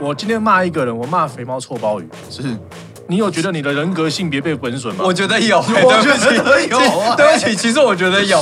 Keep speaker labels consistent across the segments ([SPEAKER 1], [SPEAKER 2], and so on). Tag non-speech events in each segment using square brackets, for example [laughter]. [SPEAKER 1] 我今天骂一个人，我骂肥猫臭鲍鱼，
[SPEAKER 2] 是，
[SPEAKER 1] 你有觉得你的人格性别被本损吗？
[SPEAKER 2] 我觉得有，对不起
[SPEAKER 1] 觉得有啊
[SPEAKER 2] 对不起，其实我觉得有。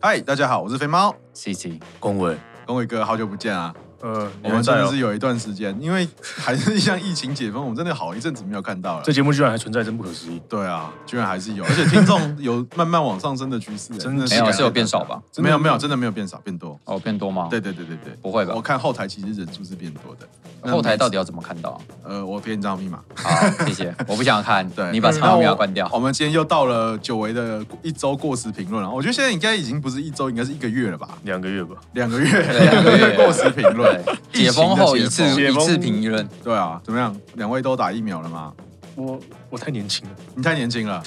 [SPEAKER 2] 嗨，大家好，我是肥猫，
[SPEAKER 3] C C，
[SPEAKER 1] 恭维，
[SPEAKER 2] 跟伟哥，好久不见啊！
[SPEAKER 1] 呃，
[SPEAKER 2] 我
[SPEAKER 1] 你
[SPEAKER 2] 们
[SPEAKER 1] 还
[SPEAKER 2] 真
[SPEAKER 1] 在
[SPEAKER 2] 的
[SPEAKER 1] 哦
[SPEAKER 2] 是？有一段时间，因为还是像疫情解封，我们真的好一阵子没有看到了
[SPEAKER 1] 这。节目居然还存在，真不可思议。
[SPEAKER 2] 对啊，居然还是有，而且听众有慢慢往上升的趋势，
[SPEAKER 1] 真的
[SPEAKER 2] 是
[SPEAKER 3] 没有
[SPEAKER 2] 感
[SPEAKER 3] 是有变少吧？
[SPEAKER 2] 觉没有没有，真的没有变少，变多。
[SPEAKER 3] 哦，变多吗？
[SPEAKER 2] 对，对对对对，
[SPEAKER 3] 不会吧
[SPEAKER 2] 我看后台其实人数是变多的。那
[SPEAKER 3] 后台
[SPEAKER 2] 每次
[SPEAKER 3] 到底要怎么看
[SPEAKER 2] [laughs]
[SPEAKER 3] 到？
[SPEAKER 2] 呃，我给你账号密码。
[SPEAKER 3] 好，谢谢，我不想看，
[SPEAKER 2] 对，
[SPEAKER 3] 你把长
[SPEAKER 2] 那
[SPEAKER 3] 号
[SPEAKER 2] 我哦
[SPEAKER 3] 密码关掉。
[SPEAKER 2] 我们今天又到了久违的一周过时评论了。我觉得现在应该已经不是一周，应该是一个月了吧？
[SPEAKER 1] 两个月吧，
[SPEAKER 2] 两个月，
[SPEAKER 3] 对两个月
[SPEAKER 2] [laughs] 过时评论。疫情的
[SPEAKER 3] 对，解封后一次
[SPEAKER 1] 解
[SPEAKER 3] 一
[SPEAKER 1] 封
[SPEAKER 3] 次评论，
[SPEAKER 2] 对啊，怎么样？两位都打疫苗了吗？
[SPEAKER 1] 我我太年轻了，
[SPEAKER 2] 你太年
[SPEAKER 3] [laughs]
[SPEAKER 2] 轻了。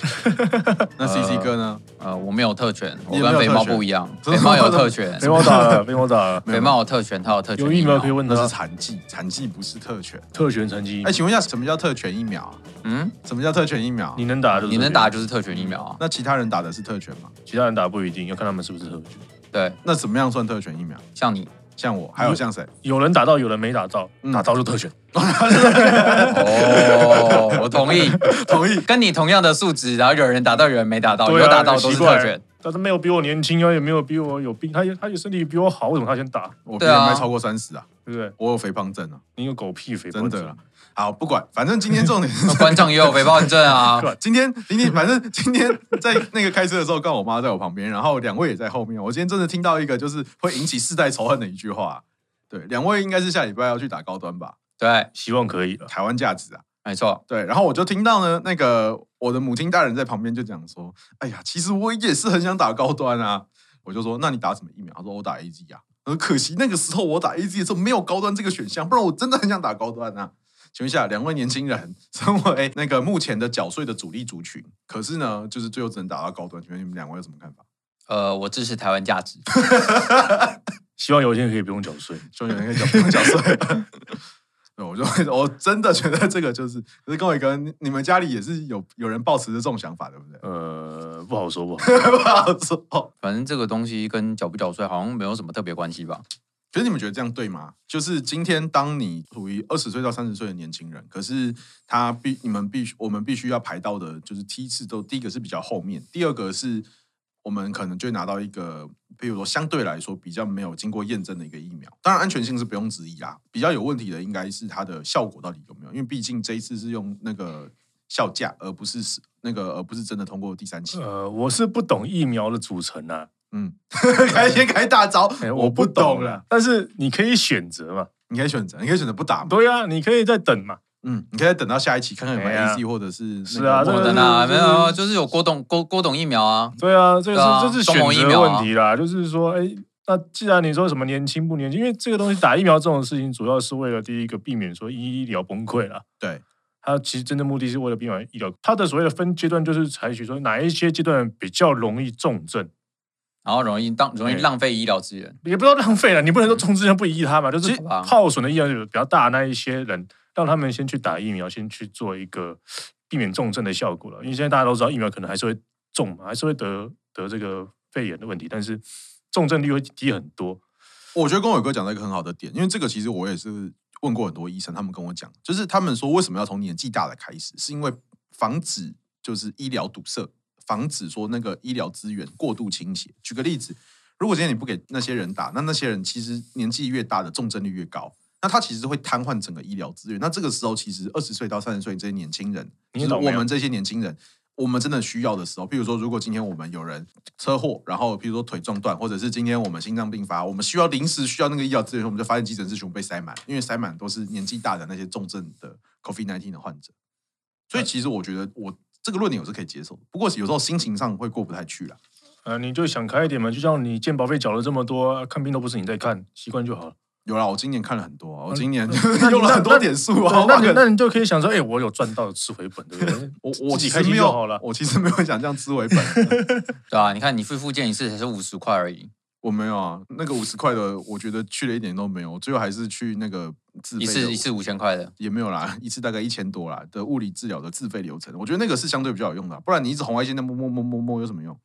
[SPEAKER 2] 那
[SPEAKER 3] 呃
[SPEAKER 2] C C 哥呢？
[SPEAKER 3] 呃，我没有特权，
[SPEAKER 2] 你
[SPEAKER 3] 我
[SPEAKER 2] 也没有
[SPEAKER 3] 跟肥
[SPEAKER 2] 特
[SPEAKER 3] 猫
[SPEAKER 2] 权
[SPEAKER 3] 不一
[SPEAKER 2] [laughs]
[SPEAKER 3] 样，
[SPEAKER 2] 真
[SPEAKER 3] 肥
[SPEAKER 2] 的吗
[SPEAKER 3] 猫有特权，
[SPEAKER 1] 肥猫打了，肥猫打了，
[SPEAKER 3] 肥猫有特权，他有特权
[SPEAKER 1] 有疫苗可呃以问
[SPEAKER 2] 那是
[SPEAKER 1] 他，
[SPEAKER 2] 残疾，残疾不是特权。
[SPEAKER 1] 特权成绩
[SPEAKER 2] 哎，，请问一下，什么叫特权疫苗啊？
[SPEAKER 3] 嗯，
[SPEAKER 2] 什么叫特权疫苗？
[SPEAKER 1] 你能打就是
[SPEAKER 3] 你
[SPEAKER 1] 特
[SPEAKER 3] 能
[SPEAKER 1] 权
[SPEAKER 3] 打就是特权疫苗啊，
[SPEAKER 2] 那其他人打的是特权吗？
[SPEAKER 1] 其他人打不一定，要看他们是不是特权。
[SPEAKER 3] 对，
[SPEAKER 2] 那怎么样算特权疫苗？[laughs]
[SPEAKER 3] 像你
[SPEAKER 2] 像我，还有像
[SPEAKER 3] 啊
[SPEAKER 2] 谁？
[SPEAKER 1] 有人打到，有人没打到，
[SPEAKER 2] 嗯
[SPEAKER 1] 打到就特权。
[SPEAKER 3] 哦，我同意，
[SPEAKER 2] [laughs] 同意。
[SPEAKER 3] 跟你同样的素质，然后有人打到，有人没打到，
[SPEAKER 1] 对啊
[SPEAKER 3] 哦有打到都是特。
[SPEAKER 1] 很奇
[SPEAKER 3] 权
[SPEAKER 1] 怪，但是没有比我年轻啊，也没有比我有病，他也他也身体比我好，为什么他先打？
[SPEAKER 2] 我
[SPEAKER 3] 对啊
[SPEAKER 2] BMI 超过三十啊，
[SPEAKER 1] 对不对？
[SPEAKER 2] 我有肥胖症啊，
[SPEAKER 1] 你有狗屁肥胖
[SPEAKER 2] 真
[SPEAKER 1] 症
[SPEAKER 2] 的啊。好，不管，反正今天重点
[SPEAKER 3] [laughs]
[SPEAKER 2] 是
[SPEAKER 3] 那观众也有肥胖
[SPEAKER 2] [laughs]
[SPEAKER 3] 症啊，
[SPEAKER 2] 今天，今天，反正今天在那个开车的时候，刚好我妈在我旁边，然后两位也在后面。我今天真的听到一个就是会引起世代仇恨的一句话。对，两位应该是下礼拜要去打高端吧？
[SPEAKER 3] 对，
[SPEAKER 1] 希望可以了。
[SPEAKER 2] 台湾价值啊。
[SPEAKER 3] 没错，
[SPEAKER 2] 对，然后我就听到呢，那个我的母亲大人在旁边就讲说：“哎呀，其实我也是很想打高端啊。”我就说：“那你打什么疫苗？”他说：“我打 A G 啊。”我说：“可惜那个时候我打 A G 的时候没有高端这个选项，不然我真的很想打高端啊。”请问一下，两位年轻人，身为那个目前的缴税的主力族群，可是呢，就是最后只能打到高端，请问你们两位有什么看法？
[SPEAKER 3] 呃，我支持台湾价值，
[SPEAKER 1] 希望有一天可以不用缴税。
[SPEAKER 2] 希望有人可以缴不用缴税。 [laughs] 对，我就会，我真的觉得这个就是，可是各位哥，你你们家里也是有有人抱持着这种想法，对不对？ [laughs]
[SPEAKER 1] 呃，不好说 [laughs] 不好。
[SPEAKER 2] 不好说。
[SPEAKER 3] 反正这个东西跟缴不缴税好像没有什么特别关系吧？
[SPEAKER 2] 可是你们觉得这样对吗？就是今天，当你处于二十岁到三十岁的年轻人，可是他必你们必须我们必须要排到的，就是梯次都第一个是比较后面，第二个是我们可能就会拿到一个，比如说相对来说比较没有经过验证的一个疫苗。当然安全性是不用质疑啦，比较有问题的应该是它的效果到底有没有，因为毕竟这一次是用那个效价，而不是是那个而不是真的通过第三期。
[SPEAKER 1] 呃，我是不懂疫苗的组成啊，
[SPEAKER 2] 嗯， [laughs] 开先开大招，
[SPEAKER 1] 哎
[SPEAKER 2] 我不懂了，
[SPEAKER 1] 啦。但是你可以选择嘛，
[SPEAKER 2] 你可以选择，你可以选择不打嘛。
[SPEAKER 1] 对啊，你可以再等嘛。
[SPEAKER 2] 嗯，你可以再等到下一期看看有没有
[SPEAKER 1] 哎呀
[SPEAKER 2] AC 或者是
[SPEAKER 1] 是啊
[SPEAKER 2] 那
[SPEAKER 1] 这
[SPEAKER 2] 个
[SPEAKER 1] 个
[SPEAKER 2] 莫
[SPEAKER 3] 我的
[SPEAKER 2] 德
[SPEAKER 1] 是
[SPEAKER 2] 纳
[SPEAKER 3] 呢，
[SPEAKER 1] 就
[SPEAKER 3] 没有，就是有郭董郭郭董疫苗啊，
[SPEAKER 1] 对啊，这个
[SPEAKER 3] 对啊
[SPEAKER 1] 是这是选
[SPEAKER 3] 中盟疫
[SPEAKER 1] 择
[SPEAKER 3] 苗啊
[SPEAKER 1] 问题啦，就是说，哎，那既然你说什么年轻不年轻，因为这个东西打疫苗这种事情，主要是为了第一个避免说医疗崩溃啦。
[SPEAKER 2] 对，
[SPEAKER 1] 它其实真正目的是为了避免医疗，它的所谓的分阶段就是采取说哪一些阶段比较容易重症，
[SPEAKER 3] 然后容易当容易
[SPEAKER 1] 对
[SPEAKER 3] 浪费医疗资源。
[SPEAKER 1] 也不知道浪费了，你不能说重症不依他嘛，就是
[SPEAKER 3] 其实啊
[SPEAKER 1] 耗损的医疗比较大的那一些人，让他们先去打疫苗，先去做一个避免重症的效果了。因为现在大家都知道疫苗可能还是会中嘛，还是会得得这个肺炎的问题，但是重症率会低很多。
[SPEAKER 2] 我觉得跟伟哥讲到一个很好的点，因为这个其实我也是问过很多医生，他们跟我讲，就是他们说为什么要从年纪大的开始，是因为防止就是医疗堵塞，防止说那个医疗资源过度倾斜。举个例子，如果今天你不给那些人打，那那些人其实年纪越大的重症率越高。那他其实会瘫痪整个医疗资源。那这个时候，其实二十岁到三十岁这些年轻人，
[SPEAKER 1] 你
[SPEAKER 2] 就是
[SPEAKER 1] 倒霉
[SPEAKER 2] 我
[SPEAKER 1] 啊
[SPEAKER 2] 们这些年轻人，我们真的需要的时候，譬如说，如果今天我们有人车祸，然后譬如说腿撞断，或者是今天我们心脏病发，我们需要临时需要那个医疗资源的时候，我们就发现急诊室全部被塞满，因为塞满都是年纪大的那些重症的 COVID-19 的患者。
[SPEAKER 1] 嗯
[SPEAKER 2] 所以其实我觉得我这个论点我是可以接受的，不过有时候心情上会过不太去了。
[SPEAKER 1] 呃，你就想开一点嘛，就像你健保费缴了这么多，啊看病都不是你在看，习惯就好了。
[SPEAKER 2] 有啦，我今年看了很多啊，我今年
[SPEAKER 1] 嗯那
[SPEAKER 2] [laughs] 用了很多点数啊
[SPEAKER 1] 对，那你
[SPEAKER 2] 我把
[SPEAKER 1] 那你就可以想说，哎、我有赚到吃回本，对不对？ [laughs]
[SPEAKER 2] 我
[SPEAKER 1] 自
[SPEAKER 2] 我其
[SPEAKER 1] 己
[SPEAKER 2] 实
[SPEAKER 1] 开心
[SPEAKER 2] 没
[SPEAKER 1] 就好了
[SPEAKER 2] 有，。我其实没有想这样吃为本，
[SPEAKER 3] 对啊，你看你去复健一次才是五十块而已，
[SPEAKER 2] 我没有啊，那个五十块的，我觉得去了一点都没有，我最后还是去那个自费
[SPEAKER 3] 一
[SPEAKER 2] 的
[SPEAKER 3] 次一次五千块的，
[SPEAKER 2] 也没有啦，一次大概一千多啦的物理治疗的自费流程，我觉得那个是相对比较有用的啊、不然你一直红外线那摸摸摸摸摸有什么用？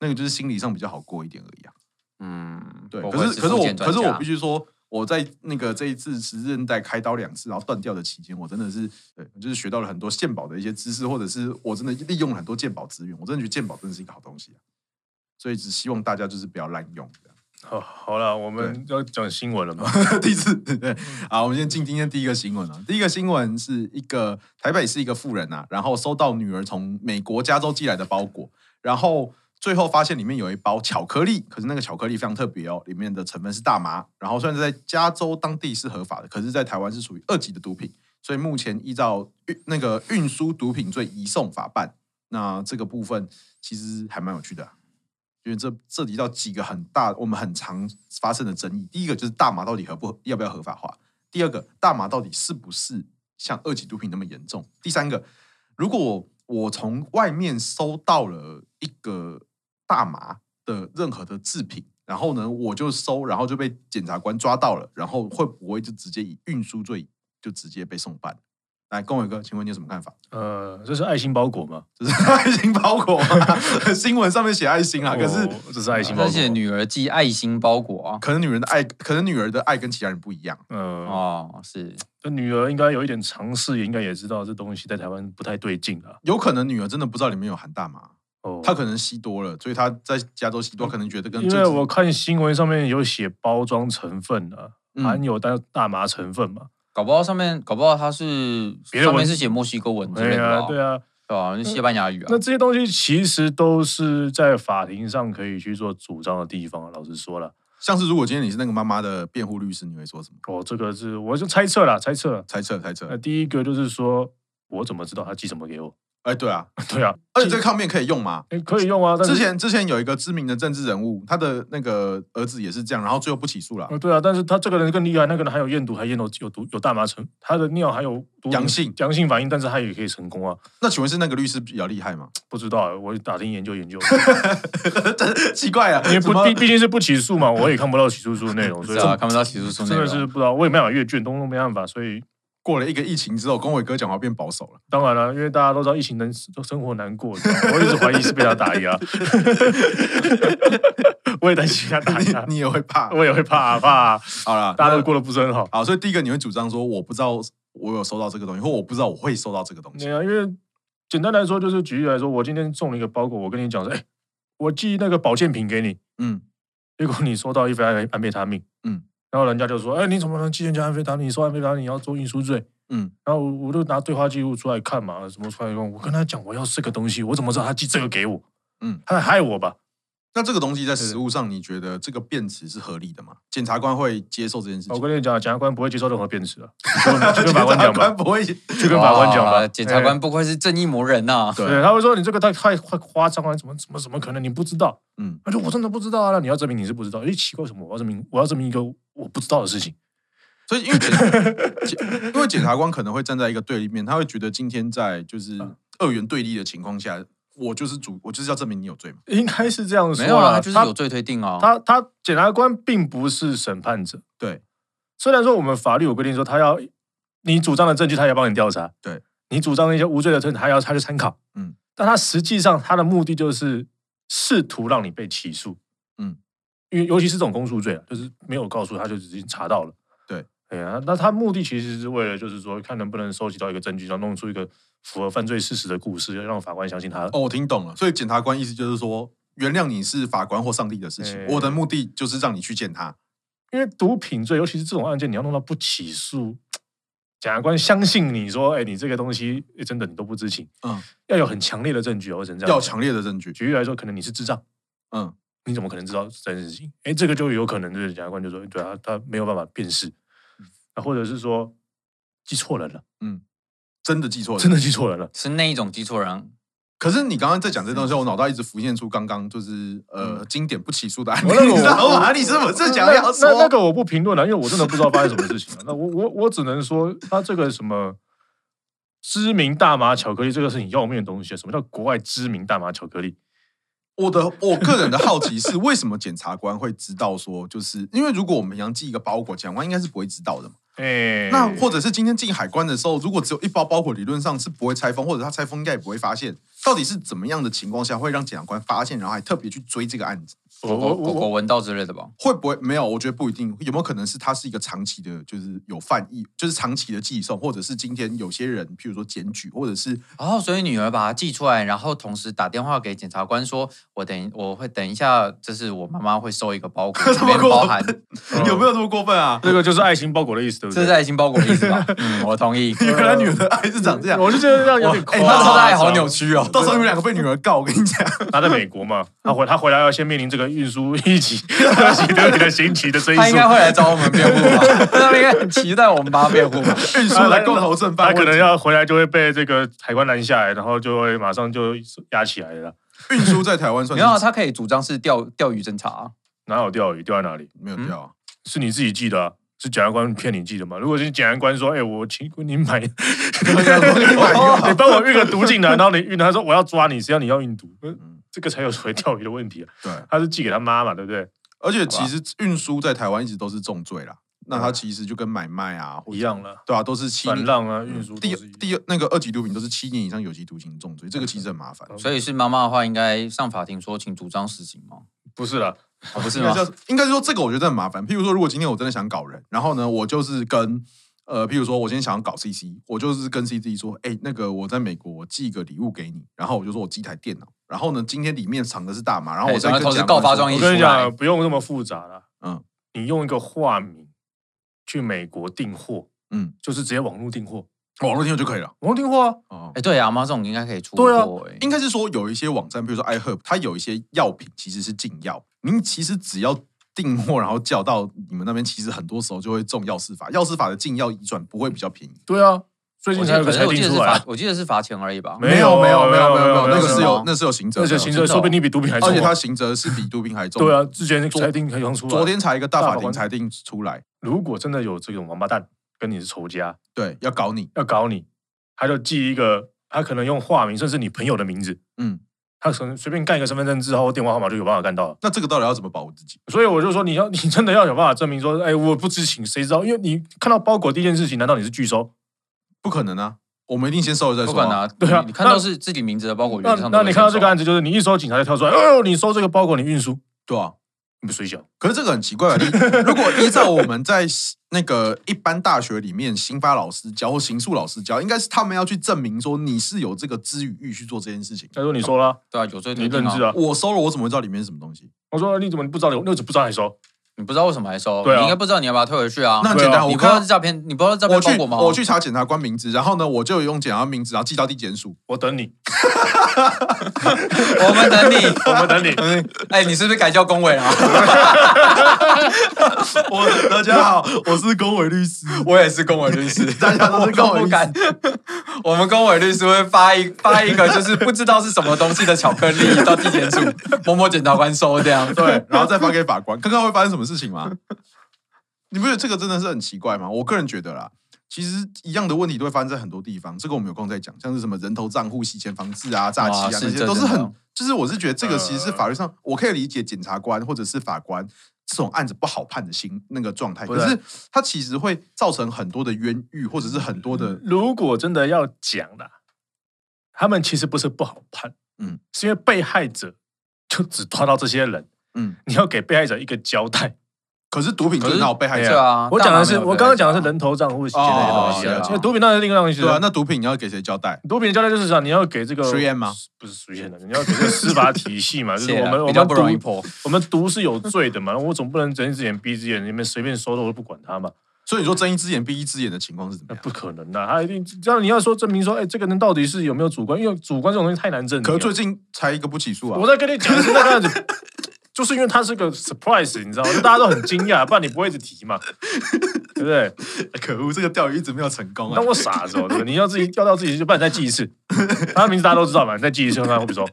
[SPEAKER 2] 那个就是心理上比较好过一点而已啊。
[SPEAKER 3] 嗯，
[SPEAKER 2] 对，
[SPEAKER 3] 我
[SPEAKER 2] 可
[SPEAKER 3] 会
[SPEAKER 2] 是
[SPEAKER 3] 是
[SPEAKER 2] 可是
[SPEAKER 3] 复
[SPEAKER 2] 我
[SPEAKER 3] 健
[SPEAKER 2] 可是
[SPEAKER 3] 专
[SPEAKER 2] 我
[SPEAKER 3] 家
[SPEAKER 2] 必须说，我在那个这一次十字韧带开刀两次，然后断掉的期间，我真的是对，就是学到了很多鉴宝的一些知识，或者是我真的利用了很多鉴宝资源。我真的觉得鉴宝真的是一个好东西啊，所以只希望大家就是不要滥用。这样
[SPEAKER 1] 好，好了，我们要讲新闻了嘛？
[SPEAKER 2] [laughs] 第一次，对，好，我们先进今天第一个新闻啊。第一个新闻是一个台北是一个富人啊，然后收到女儿从美国加州寄来的包裹，然后最后发现里面有一包巧克力，可是那个巧克力非常特别哦，里面的成分是大麻。然后虽然在加州当地是合法的，可是在台湾是属于二级的毒品，所以目前依照运那个运输毒品罪移送法办。那这个部分其实还蛮有趣的啊、因为这涉及到几个很大我们很常发生的争议。第一个就是大麻到底合不合要不要合法化？第二个，大麻到底是不是像二级毒品那么严重？第三个，如果我从外面收到了一个大麻的任何的制品，然后呢，我就收，然后就被检察官抓到了，然后会不会就直接以运输罪就直接被送办？来，龚伟哥，请问你有什么看法？
[SPEAKER 1] 呃，这是爱心包裹吗？
[SPEAKER 2] 这是 [laughs] 爱心包裹吗， [laughs] 新闻上面写爱心啊，可是
[SPEAKER 1] 哦这是爱心包
[SPEAKER 3] 而
[SPEAKER 1] 裹，
[SPEAKER 3] 且女儿寄爱心包裹啊，
[SPEAKER 2] 可能女人的爱，可能女儿的爱跟其他人不一样。啊
[SPEAKER 1] 呃，
[SPEAKER 3] 哦，是
[SPEAKER 1] 这女儿应该有一点常识，也应该也知道这东西在台湾不太对劲啊。
[SPEAKER 2] 有可能女儿真的不知道里面有含大麻，
[SPEAKER 1] 哦，
[SPEAKER 2] 她可能吸多了，所以她在加州吸多，可能觉得跟
[SPEAKER 1] 嗯因
[SPEAKER 2] 这
[SPEAKER 1] 为
[SPEAKER 2] 次
[SPEAKER 1] 我看新闻上面有写包装成分啊，
[SPEAKER 2] 嗯
[SPEAKER 1] 含有大大麻成分嘛。
[SPEAKER 3] 搞不好上面搞不好它是
[SPEAKER 1] 别的
[SPEAKER 3] 上面
[SPEAKER 1] 文
[SPEAKER 3] 是写墨西哥
[SPEAKER 2] 嗯
[SPEAKER 3] 文之类
[SPEAKER 1] 对
[SPEAKER 3] 的吧
[SPEAKER 2] 哦
[SPEAKER 1] 啊，对啊，
[SPEAKER 3] 对吧？是西班牙语啊
[SPEAKER 1] 那，这些东西其实都是在法庭上可以去做主张的地方啊。老实说了，
[SPEAKER 2] 像是如果今天你是那个妈妈的辩护律师，你会说什么？
[SPEAKER 1] 哦，这个是我就猜测啦，猜测。
[SPEAKER 2] 猜测，猜测
[SPEAKER 1] 那。第一个就是说，我怎么知道他寄什么给我？ [laughs]
[SPEAKER 2] 哎、对啊，
[SPEAKER 1] 对啊，
[SPEAKER 2] 而且这个抗辩可以用吗？
[SPEAKER 1] 诶可以用啊。但是
[SPEAKER 2] 之前之前有一个知名的政治人物，他的那个儿子也是这样，然后最后不起诉了。
[SPEAKER 1] 呃，对啊，但是他这个人更厉害，那个人还有验毒，还验到有毒有大麻成，他的尿还有毒
[SPEAKER 2] 阳性
[SPEAKER 1] 阳性反应，但是他也可以成功啊。
[SPEAKER 2] 那请问是那个律师比较厉害吗？ [laughs]
[SPEAKER 1] 不知道、啊我打听研究研究，
[SPEAKER 2] 奇怪啊，
[SPEAKER 1] 因为
[SPEAKER 2] 怎
[SPEAKER 1] 不
[SPEAKER 2] 么
[SPEAKER 1] 毕毕竟是不起诉嘛，我也看不到起诉书的内容，所以
[SPEAKER 3] 是啊，看不到起诉书内
[SPEAKER 1] 真的是
[SPEAKER 3] 容。
[SPEAKER 1] 不知道，我也没办法阅卷，东东没办法，所以
[SPEAKER 2] 过了一个疫情之后，龚伟哥讲话变保守
[SPEAKER 1] [laughs]
[SPEAKER 2] 了。
[SPEAKER 1] 当然了，因为大家都知道疫情能生活难过，你知道吗我一直怀疑是被他打
[SPEAKER 2] [laughs]
[SPEAKER 1] 压，我也担心他打压，
[SPEAKER 2] 你你也会怕？
[SPEAKER 1] 我也会怕啊怕啊，
[SPEAKER 2] 好了，
[SPEAKER 1] 大家
[SPEAKER 2] 那
[SPEAKER 1] 都过得不是很好。
[SPEAKER 2] 好，所以第一个你会主张说，我不知道我有收到这个东西，或我不知道我会收到这个东西
[SPEAKER 1] 对。啊，因为简单来说，就是举例来说，我今天送了一个包裹，我跟你讲说，哎，我寄那个保健品给你，
[SPEAKER 2] 嗯，
[SPEAKER 1] 结果你收到一份安安非他命，
[SPEAKER 2] 嗯，
[SPEAKER 1] 然后人家就说，哎，你怎么能寄人家安非他命？你收安非他命，你要做运输罪。
[SPEAKER 2] 嗯，
[SPEAKER 1] 然后我我就拿对话记录出来看嘛，什么出来用？我跟他讲我要这个东西，我怎么知道他寄这个给我？
[SPEAKER 2] 嗯，
[SPEAKER 1] 他在害我吧？
[SPEAKER 2] 那这个东西在实
[SPEAKER 1] 对
[SPEAKER 2] 物上，你觉得这个辩词是合理的吗？检察官会接受这件事
[SPEAKER 1] 哦
[SPEAKER 2] [laughs]
[SPEAKER 1] 我
[SPEAKER 2] 情？
[SPEAKER 1] 跟你讲，检察官不会接受任何辩词的，你就去跟法官讲吧，
[SPEAKER 2] 不会。
[SPEAKER 1] 去跟法官讲
[SPEAKER 3] 哇
[SPEAKER 1] 吧。
[SPEAKER 3] 检察官不愧是正义魔人呐！
[SPEAKER 1] 哎
[SPEAKER 2] 对，
[SPEAKER 1] 对他会说你这个太太太夸张了，怎么怎么怎么可能？你不知道？
[SPEAKER 2] 嗯，
[SPEAKER 1] 他说我真的不知道啊，那你要证明你是不知道。诶，奇怪什么？我要证明我要证明一个我不知道的事情。
[SPEAKER 2] [laughs] 所以因为检
[SPEAKER 1] [laughs]
[SPEAKER 2] 检因为检察官可能会站在一个对立面，他会觉得今天在就是
[SPEAKER 1] 嗯
[SPEAKER 2] 二元对立的情况下，我就是主，我就是要证明你有罪嘛。
[SPEAKER 1] 应该是这样说
[SPEAKER 3] 没有啊，
[SPEAKER 1] 啦
[SPEAKER 3] 他就是有罪推定
[SPEAKER 2] 哦
[SPEAKER 3] 啊。
[SPEAKER 1] 他他检察官并不是审判者，
[SPEAKER 2] 对，
[SPEAKER 1] 虽然说我们法律有规定说他要你主张的证据，他也要帮你调查，
[SPEAKER 2] 对
[SPEAKER 1] 你主张的一些无罪的证据，他要他去参考，
[SPEAKER 2] 嗯，
[SPEAKER 1] 但他实际上他的目的就是试图让你被起诉，
[SPEAKER 2] 嗯，
[SPEAKER 1] 因为尤其是这种公诉罪啊，就是没有告诉他就已经查到了，
[SPEAKER 2] 对，
[SPEAKER 1] 哎呀，那他目的其实是为了就是说看能不能收集到一个证据，然后弄出一个符合犯罪事实的故事，要让法官相信他。
[SPEAKER 2] 哦，我听懂了。所以检察官意思就是说，原谅你是法官或上帝的事情，
[SPEAKER 1] 哎
[SPEAKER 2] 我的目的就是让你去见他。
[SPEAKER 1] 因为毒品罪，尤其是这种案件，你要弄到不起诉，检察官相信你说，哎，你这个东西哎真的你都不知情，
[SPEAKER 2] 嗯，
[SPEAKER 1] 要有很强烈的证据哦，我只能这样。
[SPEAKER 2] 要强。烈的证据。
[SPEAKER 1] 举例来说，可能你是智障，
[SPEAKER 2] 嗯，
[SPEAKER 1] 你怎么可能知道这件事情？哎，这个就有可能就是检察官就说，对啊，他没有办法辨识，
[SPEAKER 2] 嗯
[SPEAKER 1] 啊，或者是说记错人了，
[SPEAKER 2] 真的记错了，
[SPEAKER 1] 真的记错人了。
[SPEAKER 3] 是那一种记错人，
[SPEAKER 2] 可是你刚刚在讲这东西，
[SPEAKER 1] 嗯
[SPEAKER 2] 我脑袋一直浮现出刚刚就是呃、经典不起诉的案例，
[SPEAKER 1] 我那个
[SPEAKER 2] 你知道
[SPEAKER 1] 我
[SPEAKER 2] 吗？你是不是
[SPEAKER 1] 嗯
[SPEAKER 2] 想
[SPEAKER 1] 那
[SPEAKER 2] 要说
[SPEAKER 1] 那那个我不评论了，因为我真的不知道发生什么事情了。那我我我只能说，他这个什么知名大麻巧克力，这个是很要命的东西啊。什么叫国外知名大麻巧克力？
[SPEAKER 2] 我的我个人的好奇是，为什么检察官会知道说，就是因为如果我们平常寄一个包裹，检察官应该是不会知道的嘛。
[SPEAKER 1] 哎，
[SPEAKER 2] 那或者是今天进海关的时候，如果只有一包包裹，理论上是不会拆封，或者他拆封应该也不会发现。到底是怎么样的情况下会让检察官发现，然后还特别去追这个案子？
[SPEAKER 1] 我我
[SPEAKER 3] 狗狗狗
[SPEAKER 1] 我
[SPEAKER 3] 闻到之类的吧？
[SPEAKER 2] 会不会没有？我觉得不一定。有没有可能是他是一个长期的，就是有犯意，就是长期的寄送，或者是今天有些人，譬如说检举，或者是
[SPEAKER 3] 哦，所以女儿把它寄出来，然后同时打电话给检察官说：“我等我会等一下，就是我妈妈会收一个包裹，里
[SPEAKER 2] 么
[SPEAKER 3] 面
[SPEAKER 2] 过
[SPEAKER 3] 包含
[SPEAKER 1] 嗯
[SPEAKER 2] 有没有这么过分啊？
[SPEAKER 1] 这个就是爱心包裹的意思，对不
[SPEAKER 3] 这是
[SPEAKER 1] 对？
[SPEAKER 3] 爱心包裹的意思吧？”嗯，我同意。
[SPEAKER 2] 原来女儿的爱是长这样，
[SPEAKER 1] 嗯我就觉得这样有点夸
[SPEAKER 3] 哎，
[SPEAKER 1] 张。
[SPEAKER 3] 他说的爱好扭曲哦。
[SPEAKER 1] 啊
[SPEAKER 2] 到时候你们两个被女儿告，我跟你讲，
[SPEAKER 1] [laughs] 他在美国嘛，他回他回来要先面临这个运输一级、二级、六级的刑期的追
[SPEAKER 3] 他应
[SPEAKER 1] 诉
[SPEAKER 3] 该，会来找我们辩护吧？ [laughs] 他们应该很期待我们帮他辩护吧？
[SPEAKER 2] [laughs] 运输来共同正
[SPEAKER 1] 他
[SPEAKER 2] 犯
[SPEAKER 1] 可
[SPEAKER 2] 问
[SPEAKER 1] 能
[SPEAKER 2] 题，
[SPEAKER 1] 要回来就会被这个海关拦下来，然后就会马上就压起来了。
[SPEAKER 2] 运输在台湾算
[SPEAKER 3] 没有啊，
[SPEAKER 2] 是
[SPEAKER 3] 他可以主张是钓钓鱼侦查啊。
[SPEAKER 1] 哪有嗯钓鱼？钓在哪里？
[SPEAKER 2] 没有掉啊。 [laughs]
[SPEAKER 1] 是你自己记的啊、是检察官骗你记的吗？如果是检察官说：“哎、我请你买，
[SPEAKER 2] 哎
[SPEAKER 1] 你帮我运个毒进来，然后你运，他说我要抓你，谁要你要运毒？”嗯这个才有所谓钓鱼的问题啊。
[SPEAKER 2] 对，
[SPEAKER 1] 他是寄给他妈嘛，对不对？
[SPEAKER 2] 而且其实运输在台湾一直都是重罪啦。那他其实就跟买卖啊或者
[SPEAKER 1] 一样了，
[SPEAKER 2] 对啊，都是七
[SPEAKER 1] 啊转
[SPEAKER 2] 年。
[SPEAKER 1] 让啊，运输
[SPEAKER 2] 嗯第
[SPEAKER 1] 都是一样
[SPEAKER 2] 第二那个二级毒品都是七年以上有期徒刑重罪，这个其实很麻
[SPEAKER 1] 嗯
[SPEAKER 2] 烦。
[SPEAKER 3] 所以是妈妈的话，应该上法庭说请主张死刑吗？
[SPEAKER 1] 不是啦，
[SPEAKER 3] 哦不是
[SPEAKER 2] 应该
[SPEAKER 3] 吗？
[SPEAKER 2] 叫应该是说这个我觉得很麻烦。譬如说，如果今天我真的想搞人，然后呢，我就是跟呃，譬如说我今天想要搞 CC，我就是跟 CC 说，哎、那个我在美国我寄个礼物给你，然后我就说我寄一台电脑，然后呢，今天里面藏的是大麻，然后
[SPEAKER 3] 哎
[SPEAKER 2] 我再
[SPEAKER 3] 然后
[SPEAKER 2] 跟
[SPEAKER 3] 投资
[SPEAKER 2] 检察
[SPEAKER 3] 告发
[SPEAKER 2] 官说
[SPEAKER 3] 状
[SPEAKER 1] 我
[SPEAKER 3] 一
[SPEAKER 1] 跟你
[SPEAKER 3] 出来
[SPEAKER 1] 讲，不用那么复杂啦。
[SPEAKER 2] 嗯，
[SPEAKER 1] 你用一个化名去美国订货，
[SPEAKER 2] 嗯，
[SPEAKER 1] 就是直接网络订货，
[SPEAKER 2] 网络听就可以了。
[SPEAKER 1] 网络订货啊，
[SPEAKER 2] 哦、
[SPEAKER 3] 哎，对啊，妈这种应该可以出
[SPEAKER 1] 对啊
[SPEAKER 3] 货哎
[SPEAKER 2] 应该是说有一些网站，比如说 iHerb，它有一些药品其实是禁药，您其实只要订货，然后叫到你们那边，其实很多时候就会中药师法，药师法的禁药移转不会比较便宜。
[SPEAKER 1] 对啊，最近
[SPEAKER 3] 我记
[SPEAKER 1] 才有个
[SPEAKER 3] 得，可
[SPEAKER 1] 裁
[SPEAKER 3] 是我记
[SPEAKER 1] 定
[SPEAKER 3] 得是
[SPEAKER 1] 出来
[SPEAKER 3] 罚
[SPEAKER 1] 啊，，
[SPEAKER 3] 我记得是罚钱而已吧。
[SPEAKER 1] 没有
[SPEAKER 2] 没有
[SPEAKER 1] 没
[SPEAKER 2] 没
[SPEAKER 1] 有
[SPEAKER 2] 有
[SPEAKER 1] 没
[SPEAKER 2] 没
[SPEAKER 1] 有
[SPEAKER 2] 有，
[SPEAKER 1] 没有
[SPEAKER 2] 那个是
[SPEAKER 3] 没有
[SPEAKER 2] 有那是有刑责
[SPEAKER 1] 而
[SPEAKER 2] 的，
[SPEAKER 1] 且
[SPEAKER 3] 行
[SPEAKER 1] 刑责
[SPEAKER 3] 真的
[SPEAKER 1] 说不定
[SPEAKER 3] 哦
[SPEAKER 1] 你比毒品还重
[SPEAKER 2] 而
[SPEAKER 1] 啊，
[SPEAKER 2] 且它刑责是比毒品还重。
[SPEAKER 1] 对啊，，之前裁定才刚出来，啊
[SPEAKER 2] 昨天才一个大
[SPEAKER 1] 大
[SPEAKER 2] 法
[SPEAKER 1] 法
[SPEAKER 2] 庭
[SPEAKER 1] 官
[SPEAKER 2] 裁定出来，
[SPEAKER 1] 如果真的有这种王八蛋跟你是仇家
[SPEAKER 2] 对，要搞你，
[SPEAKER 1] 要搞你，他就寄一个，他可能用化名，甚至你朋友的名字，
[SPEAKER 2] 嗯，
[SPEAKER 1] 他可能随便干一个身份证字号或电话号码就有办法干到了。
[SPEAKER 2] 那这个到底要怎么保护自己？
[SPEAKER 1] 所以我就说，你要你真的要想办法证明说，哎，我不知情，谁知道？因为你看到包裹第一件事情，难道你是拒收？
[SPEAKER 2] 不可能啊，我们一定先收了再
[SPEAKER 3] 不
[SPEAKER 2] 说
[SPEAKER 3] 管
[SPEAKER 2] 啊。
[SPEAKER 3] 啊，
[SPEAKER 1] 对啊
[SPEAKER 3] 你你看到是自己名字的包裹，
[SPEAKER 1] 那
[SPEAKER 3] 原则上
[SPEAKER 1] 那
[SPEAKER 3] 都
[SPEAKER 1] 你
[SPEAKER 3] 会
[SPEAKER 1] 看到这个
[SPEAKER 3] 签
[SPEAKER 1] 案子，就是你一收警察就跳出来，哦，你收这个包裹，你运输，
[SPEAKER 2] 对啊，
[SPEAKER 1] 你不水饺，
[SPEAKER 2] 可是这个很奇怪 [laughs] 啊！你如果依照我们在那个一般大学里面，刑法老师教或刑诉老师教，应该是他们要去证明说你是有这个知与欲去做这件事情。
[SPEAKER 1] 他说你收了啊，
[SPEAKER 3] 收对啊，有罪
[SPEAKER 1] 你
[SPEAKER 3] 推定
[SPEAKER 1] 认知啊。
[SPEAKER 2] 我收了，我怎么会知道里面是什么东西？
[SPEAKER 1] 我说哎你怎么你不知道？那怎么不知道还收？
[SPEAKER 3] 你不知道为什么还收，
[SPEAKER 1] 对啊
[SPEAKER 3] 你应该不知道你要把它退回去啊。
[SPEAKER 2] 那很
[SPEAKER 1] 对啊
[SPEAKER 2] 简单，
[SPEAKER 3] 你
[SPEAKER 2] 我
[SPEAKER 3] 不知道
[SPEAKER 2] 看
[SPEAKER 3] 是诈骗，你不知道是诈
[SPEAKER 2] 我去
[SPEAKER 3] 骗包裹吗？
[SPEAKER 2] 我去查检察官名字，然后呢，我就用检察官名字，然后寄到地检署。 [laughs]
[SPEAKER 1] 我等你，
[SPEAKER 3] 我们等你。
[SPEAKER 1] [laughs] 我们
[SPEAKER 3] [laughs]
[SPEAKER 1] 等你。
[SPEAKER 3] 哎，你是不是改叫公委啊？ [laughs]
[SPEAKER 2] 我大家好，我是公委律师，
[SPEAKER 3] 我也是公委律师，
[SPEAKER 2] 大家都是公委律
[SPEAKER 3] [laughs] 我不
[SPEAKER 2] 师
[SPEAKER 3] 敢。我们公委律师会发一发一个，就是不知道是什么东西的巧克力到地 [laughs] 检署，某某检察官收这样。
[SPEAKER 2] 对，然后再发给法官，看看会发生什么事情吗？你不觉得这个真的是很奇怪吗？我个人觉得啦，其实一样的问题都会发生在很多地方，这个我们有空再讲，像是什么人头账户、洗钱防治啊、诈欺啊
[SPEAKER 3] 哇是
[SPEAKER 2] 那些，
[SPEAKER 3] 这
[SPEAKER 2] 都是
[SPEAKER 3] 真的
[SPEAKER 2] 很，就是我是觉得这个其实是法律上，我可以理解检察官或者是法官。这种案子不好判的心那个状态，
[SPEAKER 1] 不
[SPEAKER 2] 可
[SPEAKER 1] 然
[SPEAKER 2] 是它其实会造成很多的冤狱，或者是很多的
[SPEAKER 1] 如果真的要讲啦，他们其实不是不好判，
[SPEAKER 2] 嗯，
[SPEAKER 1] 是因为被害者就只抓到这些人，
[SPEAKER 2] 嗯。
[SPEAKER 1] 你要给被害者一个交代。
[SPEAKER 2] 可是毒品就是闹被害
[SPEAKER 1] 对
[SPEAKER 3] 对
[SPEAKER 2] 者，
[SPEAKER 3] 啊，
[SPEAKER 1] 哎我讲的是
[SPEAKER 3] 大麻没有
[SPEAKER 1] 我刚刚讲的是
[SPEAKER 3] 被害者啊，
[SPEAKER 1] 人头账户洗钱那些东西
[SPEAKER 2] 哦
[SPEAKER 1] 啊
[SPEAKER 2] 是啊，
[SPEAKER 1] 因为毒品当然是另外一个东西
[SPEAKER 2] 对啊
[SPEAKER 1] 了。，
[SPEAKER 2] 那毒品你要给谁交代？
[SPEAKER 1] 毒品的交代就是讲你要给这个
[SPEAKER 2] 实验吗？
[SPEAKER 1] 不是实验的，你要给这个司法体系 [laughs] 嘛，就是啊
[SPEAKER 3] 谢
[SPEAKER 1] 我
[SPEAKER 3] 啦
[SPEAKER 1] 们我
[SPEAKER 3] 比较
[SPEAKER 1] 们
[SPEAKER 3] 不容易
[SPEAKER 1] 毒
[SPEAKER 3] 破。
[SPEAKER 1] 我们毒是有罪的嘛，我总不能睁一只眼闭一只眼，你们随便收了我都不管他嘛。
[SPEAKER 2] 所以你说睁一只眼闭一只眼的情况是怎
[SPEAKER 1] 那
[SPEAKER 2] 么样？
[SPEAKER 1] 不可能的、啊他一定这样。你要说证明说，哎、这个人到底是有没有主观？因为主观这种东西太难证明
[SPEAKER 2] 可
[SPEAKER 1] 了。
[SPEAKER 2] 是最近才一个不起诉啊
[SPEAKER 1] 我，在跟你讲是那个样子， [laughs] 就是因为他是个 surprise，你知道吗？大家都很惊讶，不然你不会一直提嘛，对不对？
[SPEAKER 2] 可恶，这个钓鱼一直没有成功
[SPEAKER 1] 你
[SPEAKER 2] 啊
[SPEAKER 1] 当！我傻子哦，对不对你要自己要到自己去，不然你再记一次。他的名字大家都知道嘛，你再记一次看看会不会收。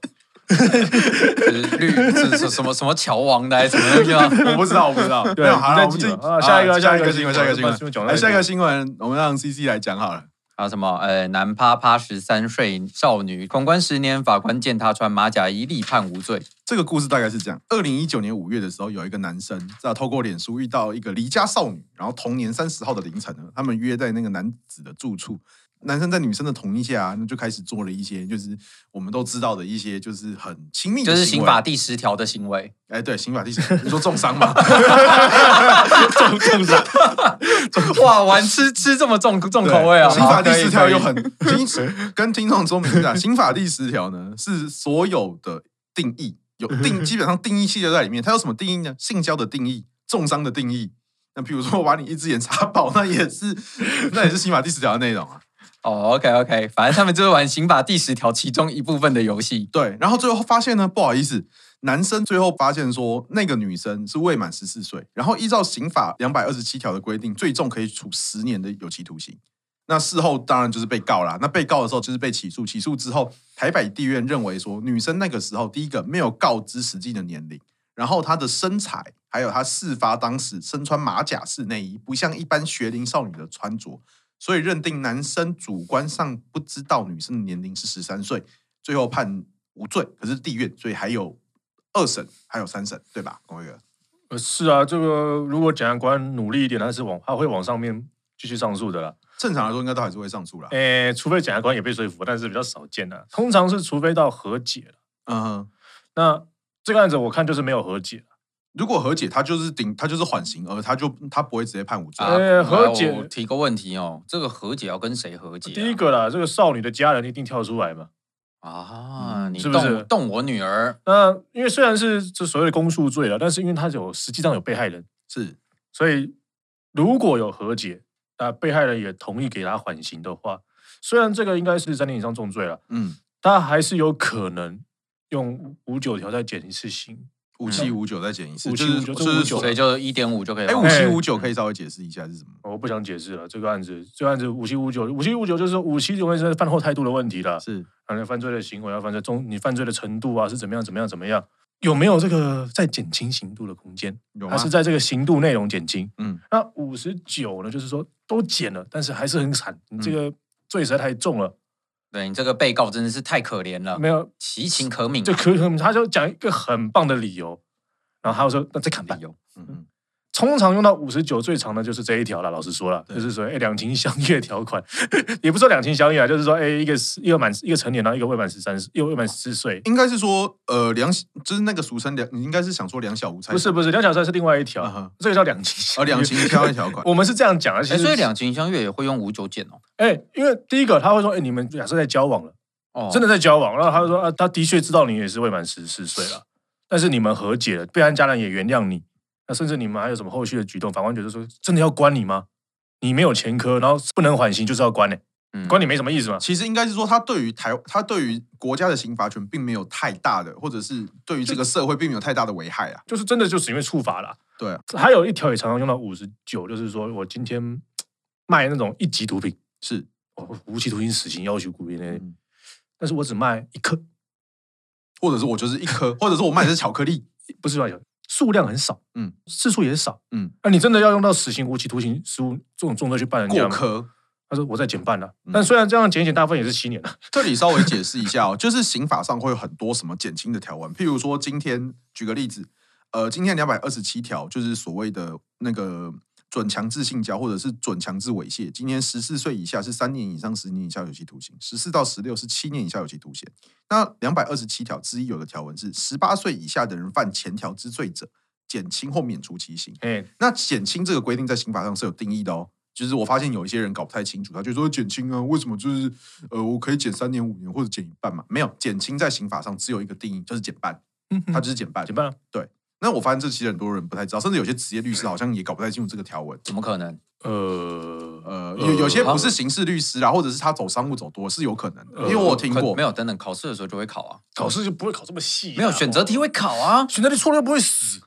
[SPEAKER 3] 就是绿是是什么什么乔王的还是什么东西啊？
[SPEAKER 2] 我不知道，我
[SPEAKER 1] [laughs]
[SPEAKER 2] 不知道。
[SPEAKER 1] 对
[SPEAKER 2] 没有好
[SPEAKER 1] 你再
[SPEAKER 2] 了，我们
[SPEAKER 1] 记
[SPEAKER 2] 进
[SPEAKER 1] 吧啊下一个
[SPEAKER 2] 啊
[SPEAKER 1] 下
[SPEAKER 2] 下
[SPEAKER 1] 一
[SPEAKER 2] 一
[SPEAKER 1] 个
[SPEAKER 2] 个新闻，下一个
[SPEAKER 1] 新
[SPEAKER 2] 新
[SPEAKER 1] 闻
[SPEAKER 2] 闻
[SPEAKER 1] 新闻讲，到
[SPEAKER 2] 哎，
[SPEAKER 1] 这
[SPEAKER 2] 下一
[SPEAKER 1] 里
[SPEAKER 2] 个新闻，我们让 C C 来讲好了。
[SPEAKER 3] 还
[SPEAKER 4] 啊
[SPEAKER 3] 有什么？呃，男趴趴十三岁少女，恐关十年，法官见她穿马甲衣，力判无罪。
[SPEAKER 2] 这个故事大概是这样：二零一九年五月的时候，有一个男生在透过脸书遇到一个离家少女，然后同年三十号的凌晨呢，他们约在那个男子的住处。男生在女生的同意下，那就开始做了一些就是我们都知道的一些就是很亲密的
[SPEAKER 3] 就是
[SPEAKER 2] 行
[SPEAKER 3] 刑
[SPEAKER 2] 为
[SPEAKER 3] 法第十条的行为，
[SPEAKER 4] [laughs]
[SPEAKER 2] 哎，对，刑法第十，你说重伤嘛？
[SPEAKER 1] 重重伤，
[SPEAKER 3] 哇，玩吃吃这么重重口味啊！
[SPEAKER 2] 刑法第
[SPEAKER 3] 好
[SPEAKER 2] 十条有，
[SPEAKER 3] 可以可以
[SPEAKER 2] 很听跟听众说明一下，
[SPEAKER 3] [laughs]
[SPEAKER 2] 刑法第十条呢是所有的定义有定，
[SPEAKER 3] [laughs]
[SPEAKER 2] 基本上定义系列在里面。它有什么定义呢？性交的定义，重伤的定义。那比如说我把你一只眼插爆，那也是那也是刑法第十条的内容啊。
[SPEAKER 3] 哦，OK OK，反正他们就是玩刑法第十条其中一部分的游戏。
[SPEAKER 2] 对，然后最后发现呢，不好意思，男生最后发现说那个女生是未满十四岁，然后依照刑法两百二十七条的规定，最重可以处十年的有期徒刑。那事后当然就是被告啦。那被告的时候就是被起诉，起诉之后，台北地院认为说，女生那个时候第一个没有告知实际的年龄，然后她的身材，还有她事发当时身穿马甲式内衣，不像一般学龄少女的穿着，所以认定男生主观上不知道女生的年龄是十三岁，最后判无罪，可是地院，所以还有二审，还有三审，对吧？龚伟哥，
[SPEAKER 1] 呃是啊，这个如果检察官努力一点，他是往他会往上面继续上诉的啦。
[SPEAKER 2] 正常来说应该都还是会上诉啦。
[SPEAKER 1] 诶，除非检察官也被说服，但是比较少见的、通常是除非到和解了。
[SPEAKER 2] 嗯哼，
[SPEAKER 1] 那这个案子我看就是没有和解，
[SPEAKER 2] 如果和解，他就是顶，他就是缓刑，而他就他不会直接判无罪。
[SPEAKER 1] 啊呃和解
[SPEAKER 4] 我提个问题哦，这个和解要跟谁和解啊、
[SPEAKER 1] 第一个啦，这个少女的家人一定跳出来嘛。
[SPEAKER 4] 啊，你
[SPEAKER 1] 嗯是
[SPEAKER 4] 动
[SPEAKER 1] 不是
[SPEAKER 4] 动我女儿，
[SPEAKER 1] 那因为虽然是这所谓的公诉罪了，但是因为他有实际上有被害人，
[SPEAKER 2] 是，
[SPEAKER 1] 所以如果有和解，那被害人也同意给他缓刑的话，虽然这个应该是三年以上重罪了，
[SPEAKER 2] 嗯，
[SPEAKER 1] 他还是有可能用五九条再减一次刑。
[SPEAKER 2] 五七五九再减一次，
[SPEAKER 1] 嗯五
[SPEAKER 2] 就
[SPEAKER 1] 七
[SPEAKER 2] 是
[SPEAKER 1] 五九
[SPEAKER 2] 就
[SPEAKER 1] 这五
[SPEAKER 2] 是
[SPEAKER 1] 九
[SPEAKER 2] 所
[SPEAKER 4] 所以就一点五就可以了
[SPEAKER 2] 哎，
[SPEAKER 4] 哦
[SPEAKER 2] 五
[SPEAKER 4] 吗。
[SPEAKER 2] 七五九可以稍微解释一下是什么？
[SPEAKER 1] 我不想解释了，这个案子，这个案子五七五九，五七五九就是说五七九会是犯后态度的问题了，
[SPEAKER 2] 是
[SPEAKER 1] 反正犯罪的行为啊，犯罪中你犯罪的程度啊是怎么样怎么样怎么样，有没有这个在减轻刑度的空间？
[SPEAKER 2] 有吗
[SPEAKER 1] 啊它？是在这个刑度内容减轻。
[SPEAKER 2] 嗯，
[SPEAKER 1] 那五十九呢，就是说都减了，但是还是很惨，
[SPEAKER 2] 嗯
[SPEAKER 1] 你这个罪实在太重了，
[SPEAKER 4] 对你这个被告真的是太可怜了，
[SPEAKER 1] 没有
[SPEAKER 4] 其情可悯啊。
[SPEAKER 1] 就可以，他就讲一个很棒的理由，然后他又说那再砍半
[SPEAKER 4] 理。由
[SPEAKER 2] 嗯嗯，
[SPEAKER 1] 通常用到五十九最长的就是这一条了。老实说了，
[SPEAKER 2] 对
[SPEAKER 1] 就是说，哎，两情相悦条款， [laughs] 也不说两情相悦啊，就是说，哎，一个是一个满一个成年，然后一个未满十三，一个未满十四岁。
[SPEAKER 2] 应该是说，呃，两就是那个俗称两，你应该是想说哦两小无猜，
[SPEAKER 1] 不是不是，两小三是另外一
[SPEAKER 2] 啊
[SPEAKER 1] 条
[SPEAKER 2] 哈，
[SPEAKER 1] 这个叫两情相
[SPEAKER 2] 而
[SPEAKER 1] 悦
[SPEAKER 2] 两情相悦条款
[SPEAKER 1] [laughs] 。我们是这样讲的，其
[SPEAKER 4] 哎，
[SPEAKER 1] 实
[SPEAKER 4] 所以两情相悦也会用五九减哦。
[SPEAKER 1] 哎，因为第一个他会说，哎，你们假设在交往了，
[SPEAKER 4] 哦，
[SPEAKER 1] 真的在交往，然后他就说，啊，他的确知道你也是未满十四岁了，但是你们和解了，被害人家人也原谅你，那甚至你们还有什么后续的举动，法官觉得说，真的要关你吗？你没有前科，然后不能缓刑，就是要关呢、
[SPEAKER 4] 嗯
[SPEAKER 1] 关你没什么意思嘛。
[SPEAKER 2] 其实应该是说，他对于台，他对于国家的刑罚权并没有太大的，或者是对于这个社会并没有太大的危害啊。
[SPEAKER 1] 就是真的就是因为处罚啦。
[SPEAKER 2] 对啊，
[SPEAKER 1] 还有一条也常常用到五十九，就是说我今天卖那种一级毒品，
[SPEAKER 2] 是，
[SPEAKER 1] 哦，无期徒刑、死刑要求股别呢，
[SPEAKER 2] 嗯
[SPEAKER 1] 但是我只卖一克，
[SPEAKER 2] 或者是我就是一颗，或者是我卖的是巧克力，
[SPEAKER 1] 不是要求，数量很少，
[SPEAKER 2] 嗯，
[SPEAKER 1] 次数也少，
[SPEAKER 2] 嗯，
[SPEAKER 1] 那、你真的要用到死刑、无期徒刑、十五 [laughs] 这种重罪去办人家
[SPEAKER 2] 过
[SPEAKER 1] 吗？
[SPEAKER 2] 颗。
[SPEAKER 1] 他说我再减半了、
[SPEAKER 2] 嗯
[SPEAKER 1] 但虽然这样减一减，大部分也是七年了，
[SPEAKER 2] 这里稍微解释一下哦，就是刑法上会有很多什么减轻的条文，譬如说今天举个例子，呃，今天两百二十七条就是所谓的那个准强制性交或者是准强制猥亵，今天十四岁以下是三年以上十年以下有期徒刑，十四到十六是七年以下有期徒刑。那两百二十七条之一有的条文是十八岁以下的人犯前条之罪者，减轻或免除其刑。
[SPEAKER 1] 哎，
[SPEAKER 2] 那减轻这个规定在刑法上是有定义的哦。就是我发现有一些人搞不太清楚，他就说减轻啊，为什么就是呃，我可以减三年、五年或者减一半嘛？没有，减轻在刑法上只有一个定义，就是减半，
[SPEAKER 1] 嗯
[SPEAKER 2] 它就是减半。
[SPEAKER 1] 减半了。啊
[SPEAKER 2] 那我发现这其实很多人不太知道，甚至有些职业律师好像也搞不太清楚这个条文。
[SPEAKER 4] 怎么可能？
[SPEAKER 1] 呃
[SPEAKER 2] 呃，有有些
[SPEAKER 4] 呃
[SPEAKER 2] 不是刑事律师啊，或者是他走商务走多是有可
[SPEAKER 3] 呃
[SPEAKER 2] 能的，因为我有听
[SPEAKER 4] 可
[SPEAKER 2] 过
[SPEAKER 4] 没。有，等等，考试的时候就会考啊，
[SPEAKER 1] 考试就不会考这么细啊，
[SPEAKER 4] 没有选择题会考啊
[SPEAKER 1] 哦，。选择题错了又不会死，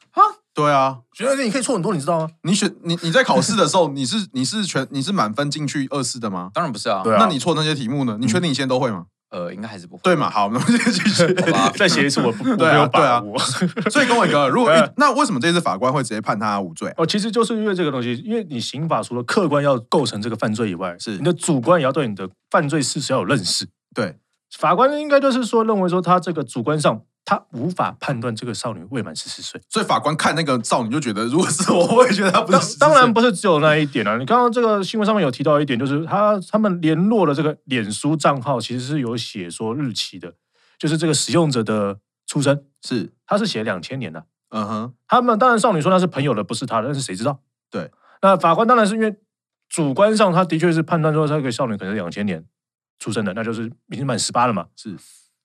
[SPEAKER 2] 对啊，
[SPEAKER 1] 选择题你可以错很多，你知道吗？
[SPEAKER 2] 你选你你在考试的时候，你是你是全你是满分进去二试的吗？
[SPEAKER 4] 当然不是啊，
[SPEAKER 1] 对啊，
[SPEAKER 2] 那你错那些题目呢？你确定你现在都会吗？
[SPEAKER 4] 呃，应该还是不会。
[SPEAKER 2] 对嘛？好，那我们就继续。
[SPEAKER 4] 好吧
[SPEAKER 1] [laughs] [laughs] 再写一次我不我
[SPEAKER 2] 对啊
[SPEAKER 1] 没有
[SPEAKER 2] 对啊
[SPEAKER 1] 把握。
[SPEAKER 2] [laughs] 所以跟我一个，如果
[SPEAKER 1] 对
[SPEAKER 2] 那为什么这次法官会直接判他无罪啊？
[SPEAKER 1] 哦，其实就是因为这个东西，因为你刑法除了客观要构成这个犯罪以外，
[SPEAKER 2] 是
[SPEAKER 1] 你的主观也要对你的犯罪事实要有认识。
[SPEAKER 2] 对，
[SPEAKER 1] 法官应该就是说认为说他这个主观上他无法判断这个少女未满十四岁。
[SPEAKER 2] 所以法官看那个少女就觉得，如果是我，我也觉得她不是
[SPEAKER 1] 当
[SPEAKER 2] 14岁。
[SPEAKER 1] 当然不是只有那一点啊！你刚刚这个新闻上面有提到一点，就是他他们联络的这个脸书账号其实是有写说日期的，就是这个使用者的出生，
[SPEAKER 2] 是，
[SPEAKER 1] 他是写两千年啊的、
[SPEAKER 2] 嗯哼，
[SPEAKER 1] 他们当然少女说那是朋友的，不是他的，但是谁知道？
[SPEAKER 2] 对，
[SPEAKER 1] 那法官当然是因为主观上他的确是判断说这个少女可能是两千年出生的，那就是已经满十八了嘛。
[SPEAKER 2] 是。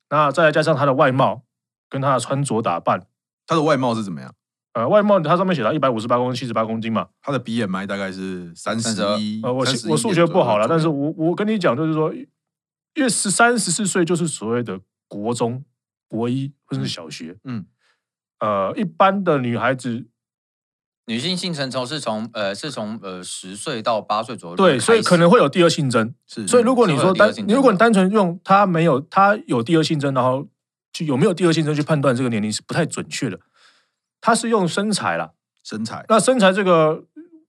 [SPEAKER 1] 那再加上她的外貌跟她的穿着打扮，
[SPEAKER 2] 她的外貌是怎么样？
[SPEAKER 1] 呃，外貌它上面写到一百五十八公斤、七十八公斤嘛，
[SPEAKER 2] 她的 BMI 大概是三十一。
[SPEAKER 1] 呃，我
[SPEAKER 2] 31
[SPEAKER 1] 我数学
[SPEAKER 2] 点左
[SPEAKER 1] 不
[SPEAKER 2] 右
[SPEAKER 1] 好了，但是我我跟你讲，就是说，因为十三、十四岁就是所谓的国中、国一或者是小学，
[SPEAKER 2] 嗯
[SPEAKER 1] 呃，一般的女孩子
[SPEAKER 4] 女性性成熟是从呃是从呃十岁到八岁左右就
[SPEAKER 1] 对，所以
[SPEAKER 4] 开始
[SPEAKER 1] 可能会有第二性征。
[SPEAKER 2] 是，
[SPEAKER 1] 所以如果你
[SPEAKER 4] 是会嗯有
[SPEAKER 1] 说
[SPEAKER 4] 第二
[SPEAKER 1] 单
[SPEAKER 4] 性，征
[SPEAKER 1] 如果你
[SPEAKER 4] 的
[SPEAKER 1] 单纯用她没有她有第二性征，然后就有没有第二性征去判断这个年龄是不太准确的。她是用身材啦，
[SPEAKER 2] 身材
[SPEAKER 1] 那身材这个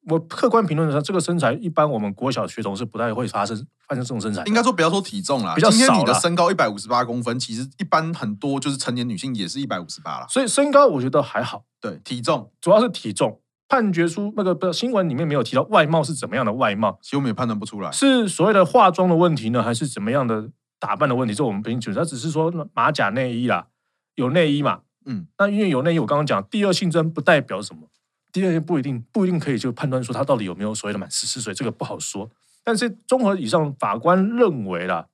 [SPEAKER 1] 我客观评论的时候，这个身材一般我们国小学童是不太会发生发生这种身材的。
[SPEAKER 2] 应该说不要说体重啦，
[SPEAKER 1] 比较
[SPEAKER 2] 今天
[SPEAKER 1] 少
[SPEAKER 2] 你的
[SPEAKER 1] 啦
[SPEAKER 2] 身高一百五十八公分，其实一般很多就是成年女性也是一百五十八啦。
[SPEAKER 1] 所以身高我觉得还好。
[SPEAKER 2] 对，体重
[SPEAKER 1] 主要是体重。判决书那个不新闻里面没有提到外貌是怎么样的外貌，
[SPEAKER 2] 其实我们也判断不出来。
[SPEAKER 1] 是所谓的化妆的问题呢，还是怎么样的打扮的问题？这我们不清楚。他只是说马甲内衣啦，有内衣嘛，
[SPEAKER 2] 嗯，
[SPEAKER 1] 那因为有内衣，我刚刚讲第二性征不代表什么，第二性不一定不一定可以就判断说他到底有没有所谓的满十四岁，这个不好说。但是综合以上，法官认为啦，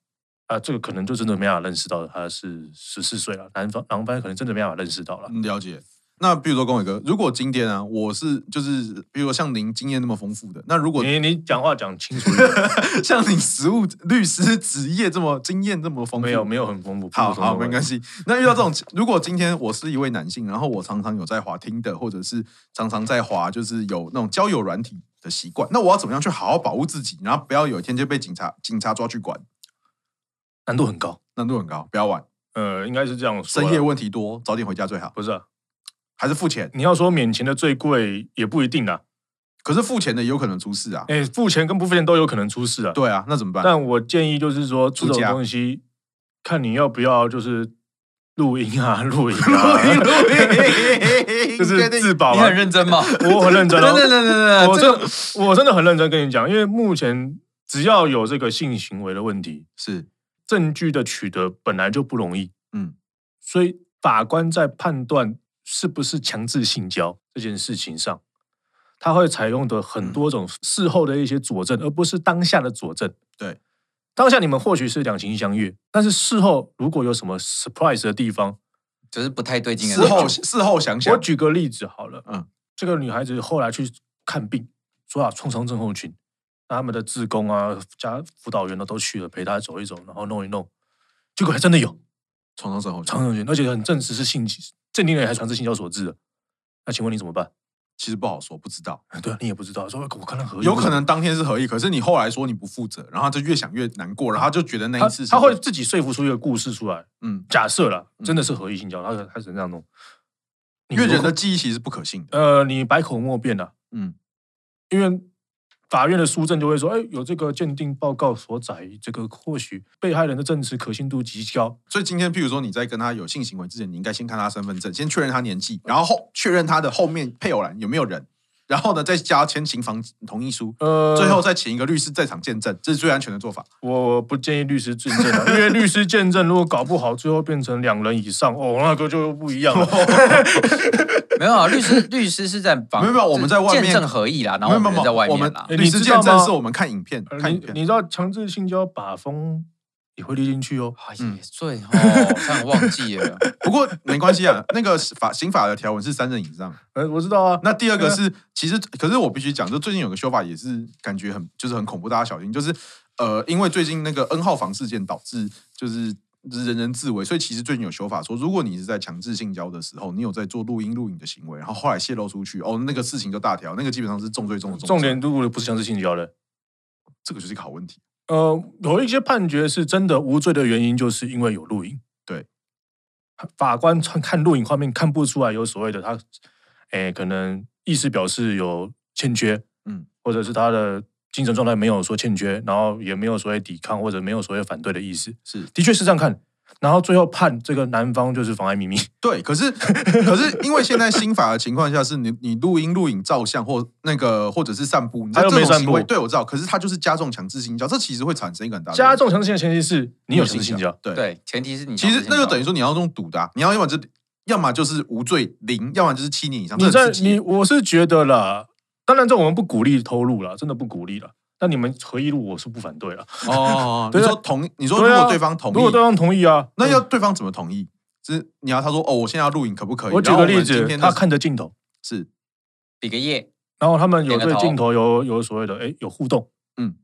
[SPEAKER 1] 啊、这个可能就真的没办法认识到他是十四岁了，男方男方可能真的没办法认识到了。
[SPEAKER 2] 嗯了解。那比如说，公伟哥，如果今天啊，我是就是，比如说像您经验那么丰富的，那如果
[SPEAKER 1] 你你讲话讲清
[SPEAKER 2] [laughs]
[SPEAKER 1] 楚一点。
[SPEAKER 2] 像你实务律师职业这么经验这么丰富，
[SPEAKER 1] 没有没有很丰富。
[SPEAKER 2] 好好，没关
[SPEAKER 1] 系。
[SPEAKER 2] 系。那遇到这种， [laughs] 如果今天我是一位男性，然后我常常有在滑听的，或者是常常在滑，就是有那种交友软体的习惯，那我要怎么样去好好保护自己，然后不要有一天就被警察警察抓去管？
[SPEAKER 1] 难度很高。
[SPEAKER 2] 难度很高，不要玩，
[SPEAKER 1] 呃，应该是这样说啦。
[SPEAKER 2] 深夜问题多，早点回家最好，
[SPEAKER 1] 不是啊、
[SPEAKER 2] 还是付钱？
[SPEAKER 1] 你要说免钱的最贵也不一定啦。
[SPEAKER 2] 可是付钱的也有可能出事啊。
[SPEAKER 1] 哎，付钱跟不付钱都有可能出事啊。
[SPEAKER 2] 对啊，那怎么 [laughs] 办？
[SPEAKER 1] 但我建议就是说，这
[SPEAKER 2] 住
[SPEAKER 1] 种
[SPEAKER 2] 家
[SPEAKER 1] 东西看你要不要就是录音
[SPEAKER 2] [laughs]
[SPEAKER 1] 啊，录影
[SPEAKER 2] 录音
[SPEAKER 1] 啊，
[SPEAKER 2] 录
[SPEAKER 1] [laughs]
[SPEAKER 2] 音
[SPEAKER 1] 就是
[SPEAKER 2] 确定
[SPEAKER 1] 自保
[SPEAKER 3] 你
[SPEAKER 1] 啊
[SPEAKER 3] 很。认真吗？
[SPEAKER 4] [laughs]
[SPEAKER 1] 我很认真
[SPEAKER 3] 等
[SPEAKER 2] 啊 [laughs]
[SPEAKER 1] 哦
[SPEAKER 3] 等，等等
[SPEAKER 1] 我
[SPEAKER 3] 等，
[SPEAKER 1] 真的我真的很认真跟你讲，因为目前只要有这个性行为的问题，
[SPEAKER 2] 是
[SPEAKER 1] 证据的取得本来就不容易，
[SPEAKER 2] 嗯，
[SPEAKER 1] 所以法官在判断是不是强制性交这件事情上，他会采用的很
[SPEAKER 2] 嗯
[SPEAKER 1] 多种事后的一些佐证，而不是当下的佐证。
[SPEAKER 2] 对，
[SPEAKER 1] 当下你们或许是两情相悦，但是事后如果有什么 surprise 的地方，
[SPEAKER 4] 就是不太对劲的
[SPEAKER 2] 事
[SPEAKER 4] 那
[SPEAKER 2] 后
[SPEAKER 4] 种。
[SPEAKER 2] 事后想
[SPEAKER 1] 我
[SPEAKER 2] 想，
[SPEAKER 1] 举个例子好了，
[SPEAKER 2] 嗯
[SPEAKER 1] 嗯，这个女孩子后来去看病，说啊创伤症候群，那他们的志工啊、加辅导员呢都去了，陪她走一走，然后弄一弄，结果还真的有。
[SPEAKER 2] 床上生活
[SPEAKER 1] 长久权，而且很证实是性鉴定人还传是性交所致的。那请问你怎么办？ [laughs]
[SPEAKER 2] 其实不好说，不知道。
[SPEAKER 1] 对啊，你也不知道，说我看到合影
[SPEAKER 2] 有可能当天是合意，可是你后来说你不负责，然后他就越想越难过，然后他就觉得那
[SPEAKER 1] 他
[SPEAKER 2] 一次是
[SPEAKER 1] 他会自己说服出一个故事出来。
[SPEAKER 2] 嗯，
[SPEAKER 1] 假设了，真的是合意性交，他他只能这样弄。你
[SPEAKER 2] 因为
[SPEAKER 1] 如
[SPEAKER 2] 人
[SPEAKER 1] 果
[SPEAKER 2] 的记忆其实是不可信的。
[SPEAKER 1] 呃，你百口莫辩啊，
[SPEAKER 2] 嗯，
[SPEAKER 1] 因为法院的书证就会说，哎，有这个鉴定报告所载，这个或许被害人的证词可信度极高，
[SPEAKER 2] 所以今天譬如说你在跟他有性行为之前，你应该先看他身份证，先确认他年纪，然后后确认他的后面配偶栏有没有人，然后呢再加签行房同意书。
[SPEAKER 1] 呃，
[SPEAKER 2] 最后再请一个律师在场见证，这是最安全的做法。
[SPEAKER 1] 我不建议律师见证、啊，因为律师见证如果搞不好，最后变成两人以上，哦，那个就不一样
[SPEAKER 2] [laughs]
[SPEAKER 1] 了。
[SPEAKER 4] 没有啊，律师律师是在防，
[SPEAKER 2] 没有没有我们在外面
[SPEAKER 4] 见证合意啦，然后我们人在外
[SPEAKER 2] 我
[SPEAKER 4] 面
[SPEAKER 2] 们
[SPEAKER 4] 啦。
[SPEAKER 1] 哎
[SPEAKER 2] 律师
[SPEAKER 1] 你知道
[SPEAKER 2] 见
[SPEAKER 1] 吗
[SPEAKER 2] 证是我们看影片，
[SPEAKER 1] 呃
[SPEAKER 2] 看
[SPEAKER 1] 你
[SPEAKER 2] 影片
[SPEAKER 1] 你知道强制性交把风也会列进去哦。
[SPEAKER 4] 啊，
[SPEAKER 2] 嗯
[SPEAKER 4] 也对哦，差点忘记
[SPEAKER 2] [laughs]
[SPEAKER 4] 了。
[SPEAKER 2] 不过没关系啊，那个法刑法的条文是三人以上。
[SPEAKER 1] 呃，我知道啊，
[SPEAKER 2] 那第二个是，其实可是我必须讲，就最近有个修法也是感觉很就是很恐怖，大家小心，就是呃，因为最近那个 N 号房事件导致就是。人人自危，所以其实最近有修法说，如果你是在强制性交的时候，你有在做录音录影的行为，然后后来泄露出去，哦，那个事情就大条，那个基本上是重罪中的重罪。
[SPEAKER 1] 重点如果不是强制性交的，
[SPEAKER 2] 这个就是一个好问题。
[SPEAKER 1] 呃，有一些判决是真的无罪的原因，就是因为有录影。
[SPEAKER 2] 对，
[SPEAKER 1] 法官看看录影画面看不出来有所谓的他，哎，可能意识表示有欠缺，
[SPEAKER 2] 嗯
[SPEAKER 1] 嗯，或者是他的精神状态没有说欠缺，然后也没有所谓抵抗或者没有所谓反对的意思，
[SPEAKER 2] 是
[SPEAKER 1] 的确是这样看。然后最后判这个男方就是妨碍秘密。
[SPEAKER 2] 对，可是 [laughs] 可是因为现在新法的情况下，是你你录音、录影、照相或那个或者是散步，你知
[SPEAKER 1] 他
[SPEAKER 2] 道
[SPEAKER 1] 又
[SPEAKER 2] 这
[SPEAKER 1] 没
[SPEAKER 2] 种
[SPEAKER 1] 散
[SPEAKER 2] 行为，
[SPEAKER 1] 步
[SPEAKER 2] 对我知道，可是它就是加重强制性交，这其实会产生一个很大的
[SPEAKER 1] 加重强制性的前提是你有强制性交，
[SPEAKER 2] 对，
[SPEAKER 4] 对，前提是你
[SPEAKER 2] 其实那就等
[SPEAKER 4] 于
[SPEAKER 2] 于说你要用赌的啊、你要要么就要么就是无罪零，要么就是七年以上。
[SPEAKER 1] 你
[SPEAKER 2] 这
[SPEAKER 1] 在
[SPEAKER 2] 很刺激
[SPEAKER 1] 你我是觉得啦，当然这我们不鼓励偷录啦，真的不鼓励啦。那你们合一录我是不反对了，
[SPEAKER 2] [laughs] 哦哦，哦你
[SPEAKER 1] 对啊
[SPEAKER 2] 说同意，你说
[SPEAKER 1] 对
[SPEAKER 2] 如
[SPEAKER 1] 啊
[SPEAKER 2] 果对方同
[SPEAKER 1] 如果对
[SPEAKER 2] 意，
[SPEAKER 1] 方同意啊，
[SPEAKER 2] 那要对方怎么同意？是你要他说哦，我现在要录影可不可以？
[SPEAKER 1] 我举
[SPEAKER 2] 然后
[SPEAKER 1] 个
[SPEAKER 2] 们
[SPEAKER 1] 例
[SPEAKER 2] 今
[SPEAKER 1] 子，
[SPEAKER 2] 天
[SPEAKER 1] 他
[SPEAKER 2] 的
[SPEAKER 1] 看着镜头，
[SPEAKER 2] 是
[SPEAKER 4] 比个耶，
[SPEAKER 1] 然后他们有
[SPEAKER 4] 点个
[SPEAKER 1] 对
[SPEAKER 4] 头
[SPEAKER 1] 镜头有有所谓的哎有互动，
[SPEAKER 2] 嗯，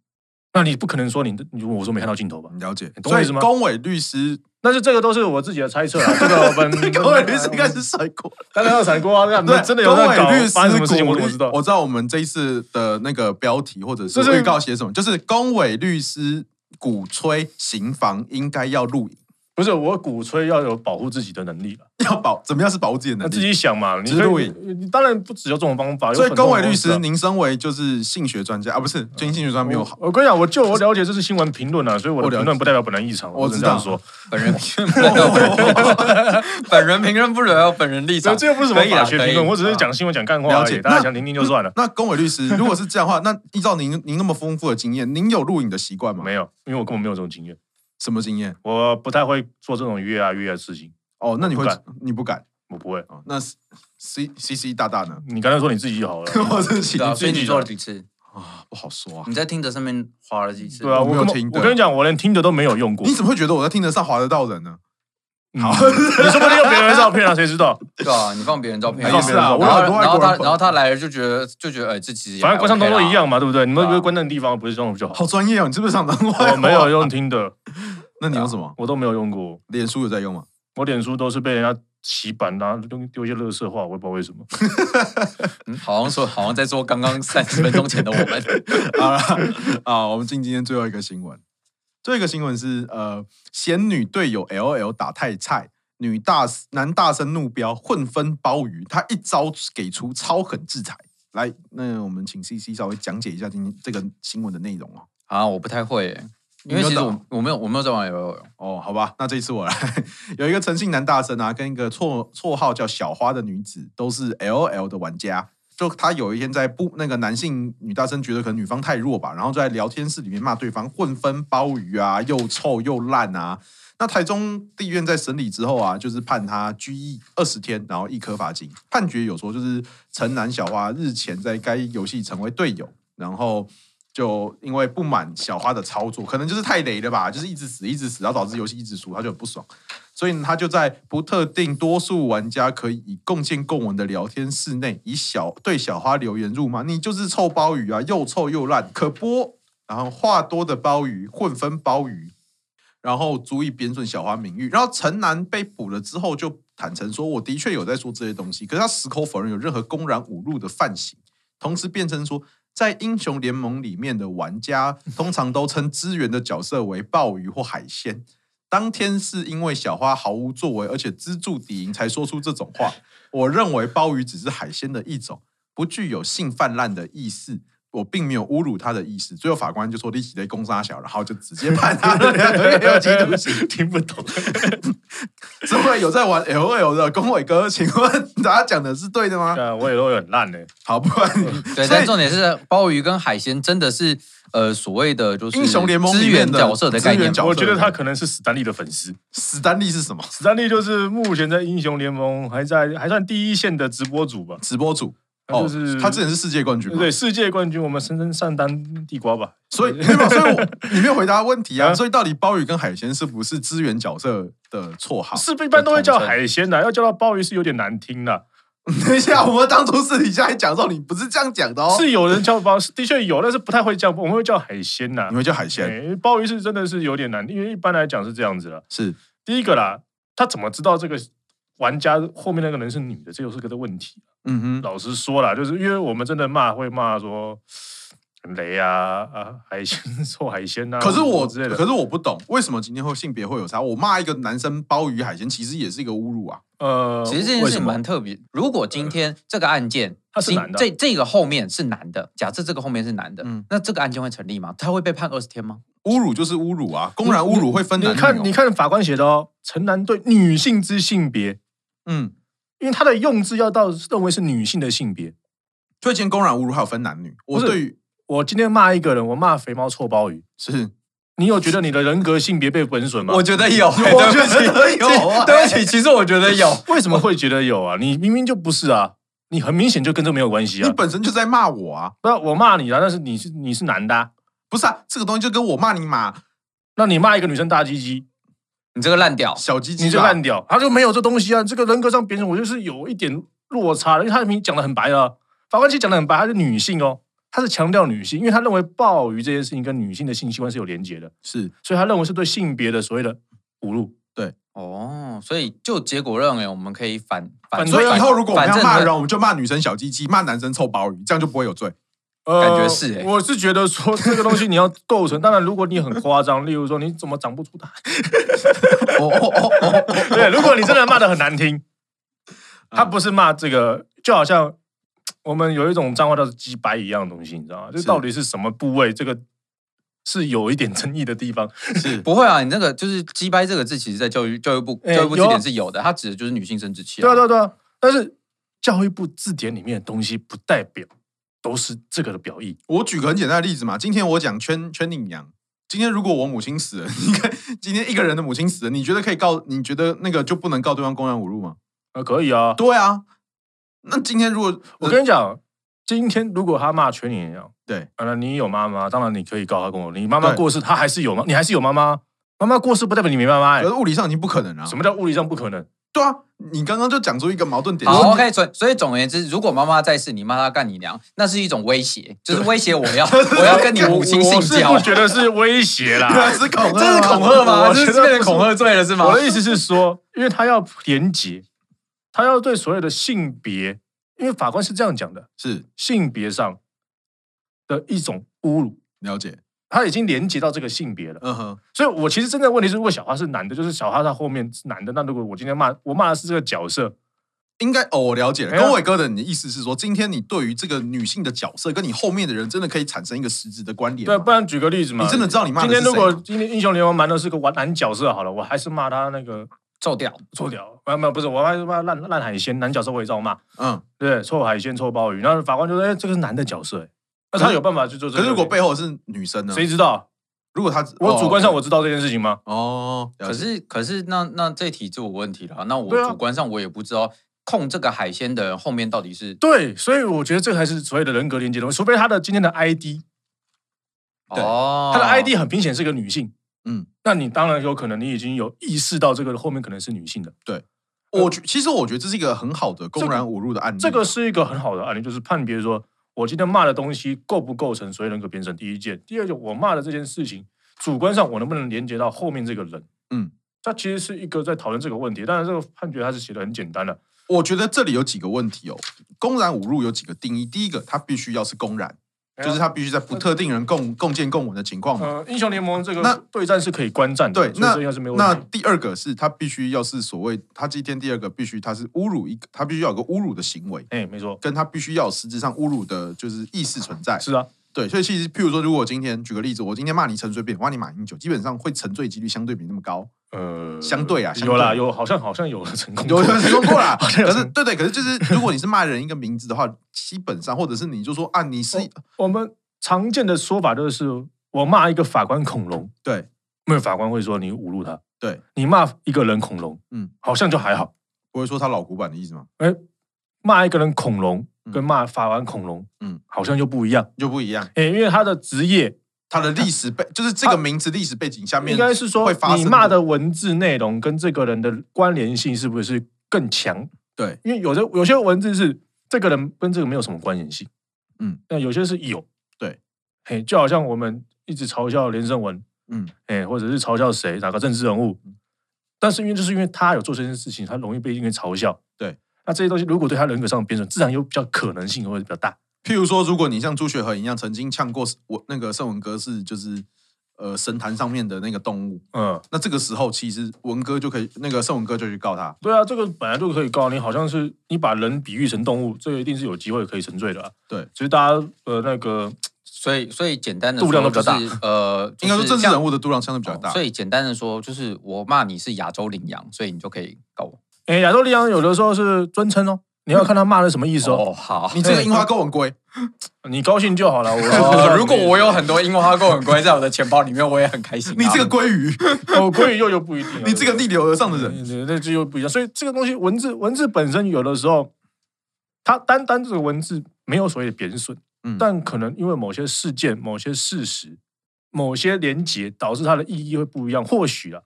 [SPEAKER 1] 那你不可能说你你我说没看到镜头吧？
[SPEAKER 2] 你了解
[SPEAKER 1] 你，懂我
[SPEAKER 2] 所
[SPEAKER 1] 意
[SPEAKER 2] 以
[SPEAKER 1] 思吗
[SPEAKER 2] 公委
[SPEAKER 1] [laughs]
[SPEAKER 2] 律师，
[SPEAKER 1] 但是这个都是我自己的猜测啊，
[SPEAKER 2] [laughs]
[SPEAKER 1] 这个我们
[SPEAKER 2] 公委律师应该是甩锅。
[SPEAKER 1] 刚刚有闪过 [laughs] 啊，那你们真的有
[SPEAKER 2] 公
[SPEAKER 1] 在搞
[SPEAKER 2] 委律师
[SPEAKER 1] 发生什么事情
[SPEAKER 2] 鼓
[SPEAKER 1] 我
[SPEAKER 2] 励
[SPEAKER 1] 怎么知道？
[SPEAKER 2] 我知道我们这一次的那个标题或者是
[SPEAKER 1] 就是
[SPEAKER 2] 预告写什么，就是公委律师鼓吹刑房应该要录影，
[SPEAKER 1] 不是我鼓吹要有保护自己的能力了，
[SPEAKER 2] 要保怎么样是保护自己的
[SPEAKER 1] 那
[SPEAKER 2] 能
[SPEAKER 1] 自
[SPEAKER 2] 力。
[SPEAKER 1] 己想嘛，你
[SPEAKER 2] 自
[SPEAKER 1] 可
[SPEAKER 2] 录
[SPEAKER 1] 以你当然不只有这种方法，有
[SPEAKER 2] 所以
[SPEAKER 1] 很多
[SPEAKER 2] 公委
[SPEAKER 1] 种
[SPEAKER 2] 律
[SPEAKER 1] 方式啊
[SPEAKER 2] 师，您身为就是性学专家啊，不是，最近性学专家没有好，
[SPEAKER 1] 嗯我跟你讲，我就我了解这是新闻评论啊，所以我
[SPEAKER 2] 我
[SPEAKER 1] 的
[SPEAKER 2] 了解
[SPEAKER 1] 评论不代表本人立场。
[SPEAKER 2] 我
[SPEAKER 1] 只
[SPEAKER 2] 知
[SPEAKER 1] 能这样
[SPEAKER 2] 道
[SPEAKER 1] 说，
[SPEAKER 4] 本人评论不
[SPEAKER 2] [laughs]
[SPEAKER 4] 了，本人评论不了，本人立
[SPEAKER 1] 这
[SPEAKER 2] 啊
[SPEAKER 4] 场。
[SPEAKER 1] 这又不是什么
[SPEAKER 4] 可以啦
[SPEAKER 1] 法学评
[SPEAKER 4] 可
[SPEAKER 1] 论，
[SPEAKER 4] 以
[SPEAKER 1] 我只是讲新闻、讲干话
[SPEAKER 2] 了
[SPEAKER 1] 而
[SPEAKER 2] 解
[SPEAKER 1] 已，大家
[SPEAKER 2] 那
[SPEAKER 1] 想听听就算了。
[SPEAKER 2] 那公委律师，如果是这样的话，那依照您您那么丰富的经验，您有录影的习惯吗？
[SPEAKER 1] 没有，因为我根本没有这种经验，
[SPEAKER 2] 什么经验？
[SPEAKER 1] 我不太会做这种约啊约啊的事情，
[SPEAKER 2] 哦，那你会
[SPEAKER 1] 我不
[SPEAKER 2] 你不敢
[SPEAKER 1] 我不会。
[SPEAKER 2] 哦？那 C C C 大大呢？
[SPEAKER 1] 你刚才说你自己就好了，
[SPEAKER 2] [laughs] 我自己
[SPEAKER 4] 对啊，所以
[SPEAKER 1] 自
[SPEAKER 4] 你
[SPEAKER 1] 己
[SPEAKER 4] 做了
[SPEAKER 1] 的
[SPEAKER 4] 几次？
[SPEAKER 2] 啊，不好说啊
[SPEAKER 4] 你。在听着上面划了几次？
[SPEAKER 1] 对啊，
[SPEAKER 2] 我没有
[SPEAKER 1] 我根
[SPEAKER 2] 听
[SPEAKER 1] 本
[SPEAKER 2] 的
[SPEAKER 1] 我跟你讲，我连听的都没有用过
[SPEAKER 2] 你。怎么会觉得我在听得上划得到人呢？
[SPEAKER 1] 好，你说不定有别人的照片啊，谁知
[SPEAKER 2] [laughs]
[SPEAKER 1] 道？
[SPEAKER 4] 对啊，你放别人照片，
[SPEAKER 1] 你放别人照
[SPEAKER 4] 然后
[SPEAKER 1] 片
[SPEAKER 2] 我有很多
[SPEAKER 4] 然后
[SPEAKER 2] 外国人
[SPEAKER 4] 他
[SPEAKER 2] 朋友
[SPEAKER 4] 然后他来了就觉得就觉得哎，这其实也
[SPEAKER 1] 反
[SPEAKER 4] 还
[SPEAKER 1] 正观上都
[SPEAKER 4] OK 啦
[SPEAKER 1] 一样。嘛，对不对？你们
[SPEAKER 4] 对啊
[SPEAKER 1] 不是关灯的地方，不是这种就好。
[SPEAKER 2] 好专 [laughs] 业哦，你是不是上当坏？
[SPEAKER 1] 我没有，用啊听的，
[SPEAKER 2] 哦那你用什么？
[SPEAKER 1] 我都没有用过。
[SPEAKER 2] 脸书有在用吗？
[SPEAKER 1] 我脸书都是被人家洗版啊，丢丢一些垃圾话，我也不知道为什么。
[SPEAKER 2] [laughs]
[SPEAKER 4] 嗯好像说好像在说刚刚三十分钟前的我们， [laughs]
[SPEAKER 2] [laughs] 好了，啊，我们进今天最后一个新闻。最后一个新闻是，呃，嫌女队友 L L 打太菜，女大男大生怒飙，混分包鱼，他一招给出超狠制裁。来，那我们请 C C 稍微讲解一下今天这个新闻的内容哦。
[SPEAKER 4] 啊，我不太会耶，因为
[SPEAKER 2] 你
[SPEAKER 4] 其
[SPEAKER 2] 没有
[SPEAKER 4] 实
[SPEAKER 2] 打
[SPEAKER 4] 我我没有我没有在玩 L L，
[SPEAKER 2] 哦，好吧，那这一次我来。 [laughs] 有一个诚信男大生啊，跟一个绰绰号叫小花的女子，都是 L L 的玩家。就他有一天在不那个男性女大生觉得可能女方太弱吧，然后就在聊天室里面骂对方混分包鱼啊，又臭又烂啊。那台中地院在审理之后啊，就是判他拘役二十天，然后一科罚金。判决有说，就是城南小花日前在该游戏成为队友，然后就因为不满小花的操作，可能就是太雷了吧，就是一直死一直死，然后导致游戏一直输，他就很不爽。所以呢，他就在不特定多数玩家可以以共建共文的聊天室内，以小对小花留言辱骂：“你就是臭鲍鱼啊，又臭又烂，可播。”然后话多的鲍鱼，混分鲍鱼，然后足以贬损小花名誉。然后陈南被捕了之后，就坦诚说：“我的确有在说这些东西，可是他矢口否认有任何公然侮辱的犯行，同时辩称说。”在英雄联盟里面的玩家通常都称支援的角色为鲍鱼或海鲜，当天是因为小花毫无作为，而且资助敌营，才说出这种话。我认为鲍鱼只是海鲜的一种，不具有性泛滥的意思。我并没有侮辱他的意思。最后法官就说立即对攻杀小，然后就直接判他了两个月有期徒刑。
[SPEAKER 1] [laughs] 听不
[SPEAKER 2] [laughs]
[SPEAKER 1] 懂。
[SPEAKER 2] 这位有在玩 L O L 的公伟哥，请问大家讲的是对的吗？
[SPEAKER 1] 啊，我也都很烂呢。
[SPEAKER 2] 好，不然你
[SPEAKER 4] 对，
[SPEAKER 2] 所以
[SPEAKER 4] 但重点是鲍鱼跟海鲜真的是呃所谓的就是
[SPEAKER 2] 英雄联盟
[SPEAKER 4] 资
[SPEAKER 2] 里面
[SPEAKER 4] 源
[SPEAKER 2] 的
[SPEAKER 4] 角色的概念
[SPEAKER 2] 资源角
[SPEAKER 4] 吧，
[SPEAKER 2] 色
[SPEAKER 1] 我觉得他可能是史丹利的粉丝。
[SPEAKER 2] 史丹利是什么？
[SPEAKER 1] 史丹利就是目前在英雄联盟还在还算第一线的直播主吧，
[SPEAKER 2] 直播主
[SPEAKER 1] 他
[SPEAKER 2] 哦
[SPEAKER 1] 就是，
[SPEAKER 2] 他之前是世界冠军嘛，
[SPEAKER 1] 对，世界冠军，我们深圳上单地瓜吧。
[SPEAKER 2] 所以没有，所以我 [laughs] 你没有回答问题啊。
[SPEAKER 1] 啊
[SPEAKER 2] 所以到底鲍鱼跟海鲜是不是支援角色的绰号？
[SPEAKER 1] 是一般都会叫海鲜啊的，要叫到鲍鱼是有点难听的。
[SPEAKER 2] [laughs] 等一下，我们当初私底下还讲的时候，你不是这样讲的哦。
[SPEAKER 1] 是有人叫鲍，的确有，但是不太会叫，我们会叫海鲜呐
[SPEAKER 2] 你。会叫海鲜？
[SPEAKER 1] 哎鲍鱼是真的是有点难，因为一般来讲是这样子了。
[SPEAKER 2] 是
[SPEAKER 1] 第一个啦，他怎么知道这个玩家后面那个人是女的？这又是个问题。
[SPEAKER 2] 嗯哼，
[SPEAKER 1] 老实说啦，就是因为我们真的骂会骂说，雷啊啊海鲜 [laughs] 做海鲜啊，
[SPEAKER 2] 可是我，
[SPEAKER 1] 之类的，
[SPEAKER 2] 可是我不懂为什么今天会性别会有差。我骂一个男生鲍鱼海鲜，其实也是一个侮辱啊。
[SPEAKER 1] 呃，
[SPEAKER 4] 其实这件
[SPEAKER 1] 为
[SPEAKER 4] 事
[SPEAKER 1] 什
[SPEAKER 4] 情
[SPEAKER 1] 么
[SPEAKER 4] 蛮特别。如果今天这个案件，
[SPEAKER 1] 它是
[SPEAKER 4] 今
[SPEAKER 1] 男的啊
[SPEAKER 4] 这这个后面是男的，假设这个后面是男的，
[SPEAKER 2] 嗯
[SPEAKER 4] 那这个案件会成立吗？他会被判二十天吗？
[SPEAKER 2] 侮辱就是侮辱啊，公然侮辱会分男
[SPEAKER 1] 你
[SPEAKER 2] 女哦
[SPEAKER 1] 看，你，看法官写的哦，城南对女性之性别，
[SPEAKER 2] 嗯，
[SPEAKER 1] 因为他的用字要到认为是女性的性别。
[SPEAKER 2] 推荐公然侮辱还有分男女。我
[SPEAKER 1] 不是
[SPEAKER 2] 对于
[SPEAKER 1] 我今天骂一个人，我骂肥猫臭鲍鱼，
[SPEAKER 2] 是
[SPEAKER 1] 你有觉得你的人格性别被
[SPEAKER 4] [laughs]
[SPEAKER 1] 本损吗？
[SPEAKER 3] 我觉得有，对不起
[SPEAKER 2] 有啊
[SPEAKER 3] 对不起，其实我觉得有。
[SPEAKER 1] 为什么会觉得有啊？你明明就不是啊，你很明显就跟这没有关系
[SPEAKER 2] 你
[SPEAKER 1] 啊。
[SPEAKER 2] 本身就在骂我啊，
[SPEAKER 1] 不，我骂你啊，但是你是你是男的啊、
[SPEAKER 2] 不是啊？这个东西就跟我骂你嘛，
[SPEAKER 1] 那你骂一个女生大鸡鸡，
[SPEAKER 4] 你这个烂屌，
[SPEAKER 2] 小鸡鸡吧，
[SPEAKER 4] 啊
[SPEAKER 1] 你就烂屌，他就没有这东西啊。这个人格上别人我就是有一点落差的，因为他明明讲的很白啊，法官其实讲的很白，他是女性哦，他是强调女性，因为他认为鲍鱼这件事情跟女性的性器官是有连结的，
[SPEAKER 2] 是
[SPEAKER 1] 所以他认为是对性别的所谓的侮辱。
[SPEAKER 4] 哦，所以就结果认为我们可以反
[SPEAKER 1] 反
[SPEAKER 2] 所以以后如果我们要骂，
[SPEAKER 4] 反
[SPEAKER 2] 人，
[SPEAKER 4] 正 [laughs]
[SPEAKER 2] 我们就骂女生小鸡鸡，骂男生臭鲍鱼，这样就不会有罪。
[SPEAKER 1] 呃
[SPEAKER 4] 感觉是欸
[SPEAKER 1] 我是觉得说这个东西你要构成，当然如果你很夸张，例如说你怎么长不出大， [laughs]
[SPEAKER 4] 哦哦哦哦哦，
[SPEAKER 1] 对，如果你真的骂的很难听，他不是骂这个，就好像我们有一种脏话叫做“鸡掰”一样的东西，你知道吗？这
[SPEAKER 2] 是
[SPEAKER 1] 到底是什么部位？这个是有一点 [laughs] 争议的地方。
[SPEAKER 2] 是
[SPEAKER 4] 不会啊，你那个就是“鸡掰”这个字，其实在教育教育部
[SPEAKER 1] 哎
[SPEAKER 4] 教育部
[SPEAKER 1] 有
[SPEAKER 4] 字
[SPEAKER 1] 啊
[SPEAKER 4] 典是有的，它指的就是女性生殖器、
[SPEAKER 1] 对啊，对啊，对啊。但是教育部字典里面的东西，不代表都是这个的表意。
[SPEAKER 2] 我举个很简单的例子嘛，今天我讲圈圈领羊。今天如果我母亲死了，你看今天一个人的母亲死了，你觉得可以告？你觉得那个就不能告对方公然侮辱吗？
[SPEAKER 1] 啊，可以啊。
[SPEAKER 2] 对啊，那今天如果
[SPEAKER 1] 我跟你讲，今天如果他骂全你一样，
[SPEAKER 2] 对
[SPEAKER 1] 啊，那你有妈妈，当然你可以告他公你妈妈
[SPEAKER 2] 对
[SPEAKER 1] 过世，他还是有妈，你还是有妈妈。妈妈过世不代表你没妈妈、欸
[SPEAKER 2] 可是。物理上已经不可能了、啊
[SPEAKER 1] 什。么叫物理上不可能？
[SPEAKER 2] 对啊，你刚刚就讲出一个矛盾点。
[SPEAKER 4] 好，OK，所以所以总而言之，如果妈妈在世，你骂她干你娘，那是一种威胁，就是威胁我要 [laughs] 我要跟你母亲性
[SPEAKER 1] 我是
[SPEAKER 4] 交
[SPEAKER 1] 不，觉得是威胁
[SPEAKER 2] [laughs]
[SPEAKER 1] 啦，
[SPEAKER 2] [laughs] 原来是恐吓，
[SPEAKER 3] 这是恐吓吗？
[SPEAKER 1] 我觉
[SPEAKER 3] 这是
[SPEAKER 1] 得
[SPEAKER 3] 变成恐吓罪了是吗
[SPEAKER 1] 我？的意思是说，因为他要廉洁，他要对所有的性别，因为法官是这样讲的，
[SPEAKER 2] 是
[SPEAKER 1] 性别上的一种侮辱，
[SPEAKER 2] 了解。
[SPEAKER 1] 他已经连接到这个性别了。
[SPEAKER 2] 嗯哼，
[SPEAKER 1] 所以我其实真正问题是，如果小花是男的，就是小花他后面是男的，那如果我今天骂我骂的是这个角色，
[SPEAKER 2] 应该哦，我了解了。
[SPEAKER 1] 没有
[SPEAKER 2] 跟伟哥的你的意思是说，今天你对于这个女性的角色，跟你后面的人，真的可以产生一个实质的关联
[SPEAKER 1] 对，啊
[SPEAKER 2] 吗。
[SPEAKER 1] 不然举个例子嘛，
[SPEAKER 2] 你真的知道你骂的
[SPEAKER 1] 今
[SPEAKER 2] 是谁啊
[SPEAKER 1] 天
[SPEAKER 2] 吗
[SPEAKER 1] 如果今天英雄联盟玩的是个玩男角色好了，我还是骂他那个
[SPEAKER 4] 臭掉。
[SPEAKER 1] 臭屌，没有没有不是，我还是骂烂烂海鲜，男角色我也照骂。
[SPEAKER 2] 嗯，
[SPEAKER 1] 对，臭海鲜、臭鲍鱼。然后法官就说：“哎、这个是男的角色、哎那
[SPEAKER 2] 可
[SPEAKER 1] 他
[SPEAKER 2] 是
[SPEAKER 1] 有办法去做这
[SPEAKER 2] 可
[SPEAKER 1] 个？
[SPEAKER 2] 是如果背后是女生呢？
[SPEAKER 1] 谁知道？
[SPEAKER 2] 如果他
[SPEAKER 1] 我主观上
[SPEAKER 2] 哦
[SPEAKER 1] 我知道这件事情吗？
[SPEAKER 2] 哦，了
[SPEAKER 4] 可
[SPEAKER 2] 解
[SPEAKER 4] 是可是那那这题就有问题了，那
[SPEAKER 1] 对
[SPEAKER 4] 我
[SPEAKER 1] 啊
[SPEAKER 4] 主观上我也不知道控这个海鲜的人后面到底是
[SPEAKER 1] 对，所以我觉得这还是所谓的人格连接的东西，除非他的今天的 ID，
[SPEAKER 2] 对
[SPEAKER 4] 哦，
[SPEAKER 1] 他的 ID 很明显是个女性，
[SPEAKER 2] 嗯，
[SPEAKER 1] 那你当然有可能你已经有意识到这个后面可能是女性
[SPEAKER 2] 嗯
[SPEAKER 1] 的，
[SPEAKER 2] 我觉其实我觉得这是一个很好的公然侮辱的案例。
[SPEAKER 1] 这个是一个很好的案例，就是判别说我今天骂的东西构不构成所谓人格偏身，第一件，第二件，我骂的这件事情，主观上我能不能连接到后面这个人？
[SPEAKER 2] 嗯，
[SPEAKER 1] 它其实是一个在讨论这个问题，当然这个判决它是写的很简单的，
[SPEAKER 2] 我觉得这里有几个问题哦。公然侮辱有几个定义，第一个，它必须要是公然，
[SPEAKER 1] 哎
[SPEAKER 2] 就是它必须在不特定人共
[SPEAKER 1] 嗯
[SPEAKER 2] 共建共文的情况嘛。
[SPEAKER 1] 呃，英雄联盟这
[SPEAKER 2] 那
[SPEAKER 1] 个对战是可以观战的，
[SPEAKER 2] 对，
[SPEAKER 1] 所以
[SPEAKER 2] 那
[SPEAKER 1] 这应该是没有
[SPEAKER 2] 那
[SPEAKER 1] 问题。
[SPEAKER 2] 第二个是它必须要是所谓，它今天第二个必须它是侮辱一个，它必须要有个侮辱的行为，
[SPEAKER 1] 哎、没错，
[SPEAKER 2] 跟它必须要有实质上侮辱的就是意识存在。
[SPEAKER 1] 是啊，
[SPEAKER 2] 对，所以其实譬如说，如果今天举个例子，我今天骂你陈水扁，我骂你马英九，基本上会沉醉几率相对比那么高。
[SPEAKER 1] 呃，
[SPEAKER 2] 相对啊相
[SPEAKER 1] 有啦，
[SPEAKER 2] 对
[SPEAKER 1] 有好像好像有了成功
[SPEAKER 2] 有
[SPEAKER 1] 过， [laughs]
[SPEAKER 2] 有成功过啦，
[SPEAKER 1] 好像有
[SPEAKER 2] 可是
[SPEAKER 1] 成
[SPEAKER 2] 对对，可是就是如果你是骂人一个名字的话，基本上或者是你就说啊，你是
[SPEAKER 1] 我们常见的说法就是，我骂一个法官恐龙，
[SPEAKER 2] 对
[SPEAKER 1] 没有法官会说你侮辱他，
[SPEAKER 2] 对，
[SPEAKER 1] 你骂一个人恐龙，
[SPEAKER 2] 嗯
[SPEAKER 1] 嗯，好像就还好，
[SPEAKER 2] 不会说他老古板的意思吗？
[SPEAKER 1] 哎、骂一个人恐龙
[SPEAKER 2] 嗯
[SPEAKER 1] 跟骂法官恐龙，
[SPEAKER 2] 嗯
[SPEAKER 1] 嗯，好像就不一样，
[SPEAKER 2] 就不一样，
[SPEAKER 1] 哎、因为他的职业
[SPEAKER 2] 他的历史背就是这个名字历史背景下面
[SPEAKER 1] 应该是说
[SPEAKER 2] 会发，生
[SPEAKER 1] 你骂的文字内容跟这个人的关联性是不是更强？
[SPEAKER 2] 对，
[SPEAKER 1] 因为有的有些文字是这个人跟这个没有什么关联性，
[SPEAKER 2] 嗯，
[SPEAKER 1] 那有些是有，
[SPEAKER 2] 对，
[SPEAKER 1] 嘿，就好像我们一直嘲笑连胜文，
[SPEAKER 2] 嗯，
[SPEAKER 1] 哎，或者是嘲笑谁哪个政治人物，但是因为就是因为他有做这件事情，他容易被因为嘲笑，
[SPEAKER 2] 对，
[SPEAKER 1] 那这些东西如果对他人格上的贬损，自然有比较可能性会比较大。
[SPEAKER 2] 譬如说，如果你像朱雪恒一样，曾经呛过我那个圣文哥是就是呃神坛上面的那个动物，
[SPEAKER 1] 嗯，
[SPEAKER 2] 那这个时候其实文哥就可以，那个圣文哥就去告他。
[SPEAKER 1] 对啊，这个本来就可以告你，好像是你把人比喻成动物，这个一定是有机会可以沉罪的、啊。
[SPEAKER 2] 对，
[SPEAKER 1] 只是大家呃那个
[SPEAKER 4] 所以所以简单的
[SPEAKER 1] 度量都比较大
[SPEAKER 4] 呃，就
[SPEAKER 2] [laughs] 应该说
[SPEAKER 4] 是
[SPEAKER 2] 政治
[SPEAKER 4] 像哦
[SPEAKER 2] 人物的度量相对比
[SPEAKER 3] 哦
[SPEAKER 2] 较大，
[SPEAKER 4] 所以简单的说，就是我骂你是亚洲羚羊，所以你就可以告我。
[SPEAKER 1] 哎亚洲羚羊有的时候是尊称哦，你要看他骂的什么意思哦，
[SPEAKER 4] 哦，好。
[SPEAKER 2] 你这个樱花勾吻龟，
[SPEAKER 1] 你高兴就好了。我
[SPEAKER 3] 哦，如果我有很多樱花勾吻龟在我的钱包里面，我也很开心啊。
[SPEAKER 2] 你这个鲑鱼，
[SPEAKER 1] 哦，国语又又不一定啊，
[SPEAKER 2] 你这个逆流而上的人，
[SPEAKER 1] 对，那就又不一样。所以这个东西，文字文字本身有的时候，它单单这个文字没有所谓的贬损，
[SPEAKER 2] 嗯
[SPEAKER 1] 但可能因为某些事件、某些事实、某些连结，导致它的意义会不一样。或许啊，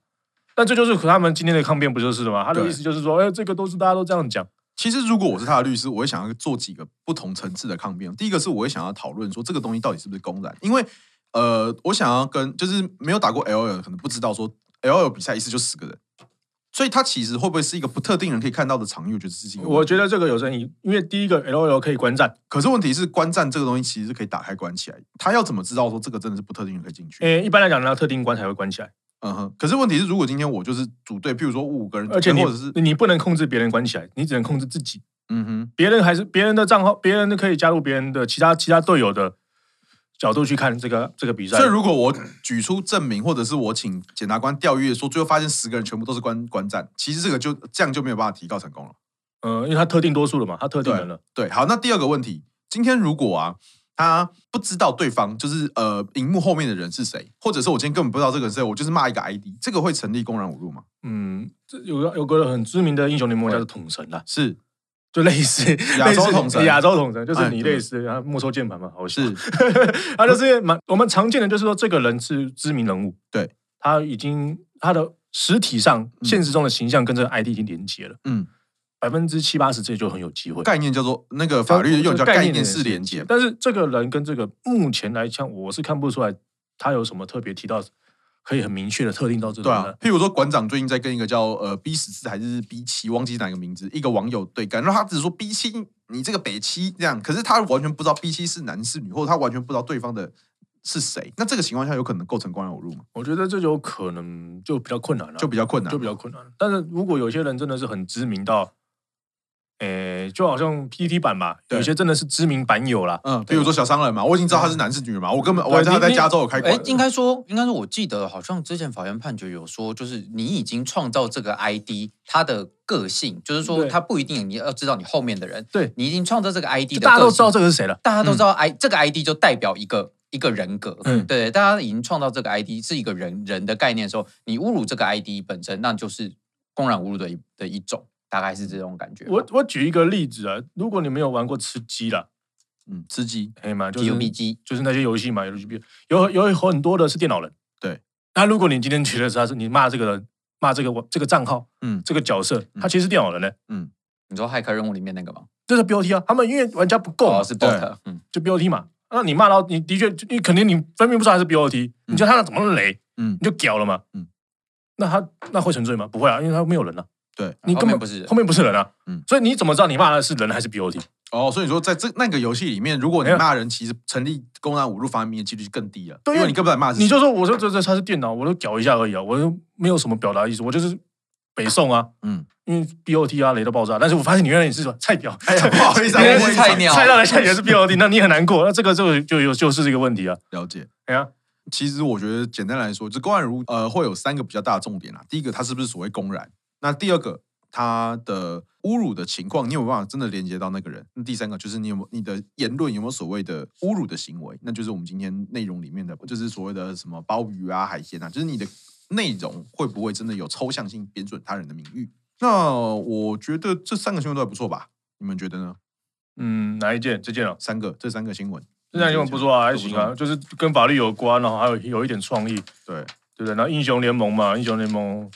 [SPEAKER 1] 但这就是和他们今天的抗辩不就是了吗？他的
[SPEAKER 2] 对
[SPEAKER 1] 意思就是说，哎、这个都是大家都这样讲，
[SPEAKER 2] 其实如果我是他的律师，我会想要做几个不同层次的抗辩。第一个是我会想要讨论说这个东西到底是不是公然，因为呃，我想要跟就是没有打过 L L 可能不知道说 L L 比赛一次就十个人，所以它其实会不会是一个不特定人可以看到的场域？我觉得这是一个问题。
[SPEAKER 1] 我觉得这个有争议，因为第一个 L O L 可以观战，
[SPEAKER 2] 可是问题是观战这个东西其实是可以打开关起来，他要怎么知道说这个真的是不特定人可以进去？
[SPEAKER 1] 诶、哎一般来讲呢，特定关才会关起来，
[SPEAKER 2] 嗯哼。可是问题是，如果今天我就是组队，譬如说五个人，
[SPEAKER 1] 而且你
[SPEAKER 2] 或者是
[SPEAKER 1] 你不能控制别人关起来，你只能控制自己。
[SPEAKER 2] 嗯哼，
[SPEAKER 1] 别人还是别人的账号，别人可以加入别人的其他其他队友的角度去看这个这个比赛。
[SPEAKER 2] 所以如果我举出证明，或者是我请检察官调阅，说最后发现十个人全部都是观观战，其实这个就这样就没有办法提告成功了。
[SPEAKER 1] 呃，因为他特定多数了嘛，他特定人了，
[SPEAKER 2] 对，好，那第二个问题，今天如果啊，他不知道对方就是呃，荧幕后面的人是谁，或者是我今天根本不知道这个人是谁，我就是骂一个 ID，这个会成立公然侮辱吗？
[SPEAKER 1] 嗯，这有个有个很知名的英雄联盟叫做统神啦，
[SPEAKER 2] 是
[SPEAKER 1] 就类似
[SPEAKER 2] 嗯 [laughs] 亚洲
[SPEAKER 1] 类似
[SPEAKER 2] 统神
[SPEAKER 1] 亚洲统神就是
[SPEAKER 2] 哎
[SPEAKER 1] 你
[SPEAKER 2] 对
[SPEAKER 1] 类似然后没收键盘嘛，好笑
[SPEAKER 2] 是，
[SPEAKER 1] [laughs] 他就是蛮我们常见的就是说这个人是知名人物，
[SPEAKER 2] 对
[SPEAKER 1] 他已经他的实体上现实中的形象跟这个 ID 已经连接了，
[SPEAKER 2] 嗯，
[SPEAKER 1] 百分之七八十这就很有机会。
[SPEAKER 2] 概念叫做那个法律用语叫概念式连接。
[SPEAKER 1] 但是这个人跟这个目前来讲，我是看不出来他有什么特别提到，可以很明确的特定到这
[SPEAKER 2] 对
[SPEAKER 1] 种
[SPEAKER 2] 啊
[SPEAKER 1] 人。，
[SPEAKER 2] 譬如说馆长最近在跟一个叫呃 B 十四还是 B 七，忘记哪个名字，一个网友对干，然后他只是说 B 七你这个北七这样，可是他完全不知道 B 七是男是女，或者他完全不知道对方的是谁。那这个情况下有可能构成公然侮辱吗？
[SPEAKER 1] 我觉得这有可能就比较困难了、
[SPEAKER 2] 就比较困难，
[SPEAKER 1] 啊就比较困难。但是如果有些人真的是很知名到，诶、就好像 PPT 版吧，
[SPEAKER 2] 对
[SPEAKER 1] 有些真的是知名版友啦。
[SPEAKER 2] 嗯，比如说小商人嘛，我已经知道他是男是女了嘛，我根本我还知道他
[SPEAKER 1] 嗯对啊
[SPEAKER 2] 在
[SPEAKER 1] 你
[SPEAKER 2] 加州有开
[SPEAKER 4] 哎
[SPEAKER 2] 馆，，
[SPEAKER 4] 应该说，应该说，我记得好像之前法院判决有说，就是你已经创造这个 ID，它的个性，就是说
[SPEAKER 1] 对
[SPEAKER 4] 它不一定你要知道你后面的人，
[SPEAKER 1] 对
[SPEAKER 4] 你已经创造这个 ID
[SPEAKER 1] 就
[SPEAKER 4] 的，
[SPEAKER 1] 大家都知道这个是谁了。
[SPEAKER 4] 大家都知道 I、这个 ID 就代表一个一个人格，
[SPEAKER 1] 嗯
[SPEAKER 4] 对，大家已经创造这个 ID 是一个人人的概念的时候，你侮辱这个 ID 本身，那就是公然侮辱的一的一种，大概是这种感觉吧。
[SPEAKER 1] 我我举一个例子啊，如果你没有玩过吃鸡啦，
[SPEAKER 2] 嗯，吃鸡，
[SPEAKER 1] 可以吗？就是
[SPEAKER 4] U B G
[SPEAKER 1] 就是那些游戏嘛，有有有很多的是电脑人。
[SPEAKER 2] 对，
[SPEAKER 1] 那如果你今天觉得他是你骂这个人，骂这个网这个账号，
[SPEAKER 2] 嗯
[SPEAKER 1] 这个角色，
[SPEAKER 2] 嗯
[SPEAKER 1] 他其实是电脑人呢、
[SPEAKER 4] 你说骇客任务里面那个吗？
[SPEAKER 1] 这是标题啊。他们因为玩家不够嘛，
[SPEAKER 4] 哦，是 bot，嗯，
[SPEAKER 1] 就标题嘛。那你骂到你的确，你肯定你分辨不出来是标题，
[SPEAKER 2] 嗯
[SPEAKER 1] 你叫他怎么雷，
[SPEAKER 2] 嗯
[SPEAKER 1] 你就屌了嘛。
[SPEAKER 2] 嗯
[SPEAKER 1] 那他那会沉醉吗？不会啊，因为他没有人啊，
[SPEAKER 2] 对，
[SPEAKER 1] 你
[SPEAKER 4] 后
[SPEAKER 1] 根本
[SPEAKER 4] 面不是人
[SPEAKER 1] 后面不是人啊。
[SPEAKER 2] 嗯
[SPEAKER 1] 所以你怎么知道你骂的是人还是标题？
[SPEAKER 2] 哦，所以说在这那个游戏里面，如果你
[SPEAKER 1] 没有
[SPEAKER 2] 骂人，其实成立公然侮辱方面的几率更低了，
[SPEAKER 1] 对
[SPEAKER 2] 因为你根本不骂是
[SPEAKER 1] 啊
[SPEAKER 2] 谁
[SPEAKER 1] 你就说我说这这他是电脑，我就屌一下而已啊，我就没有什么表达意思，我就是北宋啊，
[SPEAKER 2] 嗯，
[SPEAKER 1] 因为 BOT 啊雷到爆炸，但是我发现你原来也是菜屌，
[SPEAKER 2] 哎呀，不好意思啊，
[SPEAKER 1] 你原
[SPEAKER 2] 我
[SPEAKER 1] 来是
[SPEAKER 2] 不会
[SPEAKER 4] 菜
[SPEAKER 2] 讲
[SPEAKER 4] 鸟
[SPEAKER 1] 菜到来下也是 BOT，那你很难过，那这个就就有就是这个问题啊，
[SPEAKER 2] 了解。
[SPEAKER 1] 哎呀，
[SPEAKER 2] 其实我觉得简单来说，就公然如呃会有三个比较大的重点啦。啊第一个，它是不是所谓公然？那第二个，它的侮辱的情况，你有没有办法真的连接到那个人？那第三个就是你有没有你的言论有没有所谓的侮辱的行为？那就是我们今天内容里面的，就是所谓的什么鲍鱼啊、海鲜啊，就是你的内容会不会真的有抽象性贬损他人的名誉？那我觉得这三个新闻都还不错吧？你们觉得呢？
[SPEAKER 1] 嗯，哪一件？这件啊，
[SPEAKER 2] 三个，这三个新闻，
[SPEAKER 1] 这件新闻不错啊，还行
[SPEAKER 2] 都
[SPEAKER 1] 啊，
[SPEAKER 2] 不
[SPEAKER 1] 就是跟法律有关，然后还有有一点创意，
[SPEAKER 2] 对， [laughs]
[SPEAKER 1] 对不对？然后英雄联盟嘛，英雄联盟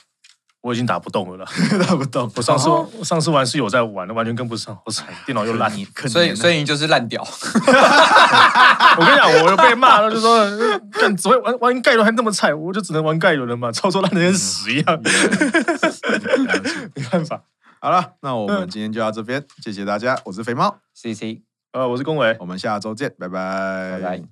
[SPEAKER 1] 我已经 [laughs] 打不动哦了啦，
[SPEAKER 2] 大不懂，
[SPEAKER 1] 我上次我上次玩是有在玩的，完全跟不上，好惨，电脑又烂。 [laughs]
[SPEAKER 2] 可
[SPEAKER 4] 所以所
[SPEAKER 2] 以
[SPEAKER 4] 以你就是烂屌， [laughs]
[SPEAKER 1] [laughs] 我跟你讲，我又被骂了，就说呃干只会玩玩盖伦还那么菜，我就只能玩盖伦了嘛，操作烂的跟屎一样，
[SPEAKER 2] 嗯
[SPEAKER 1] 没办法。
[SPEAKER 2] 嗯好了，那我们今天就到这边，谢谢大家，我是肥猫。
[SPEAKER 4] C C。
[SPEAKER 5] 呃，我是龚伟，
[SPEAKER 1] 我们下周见，拜拜，
[SPEAKER 2] 拜拜。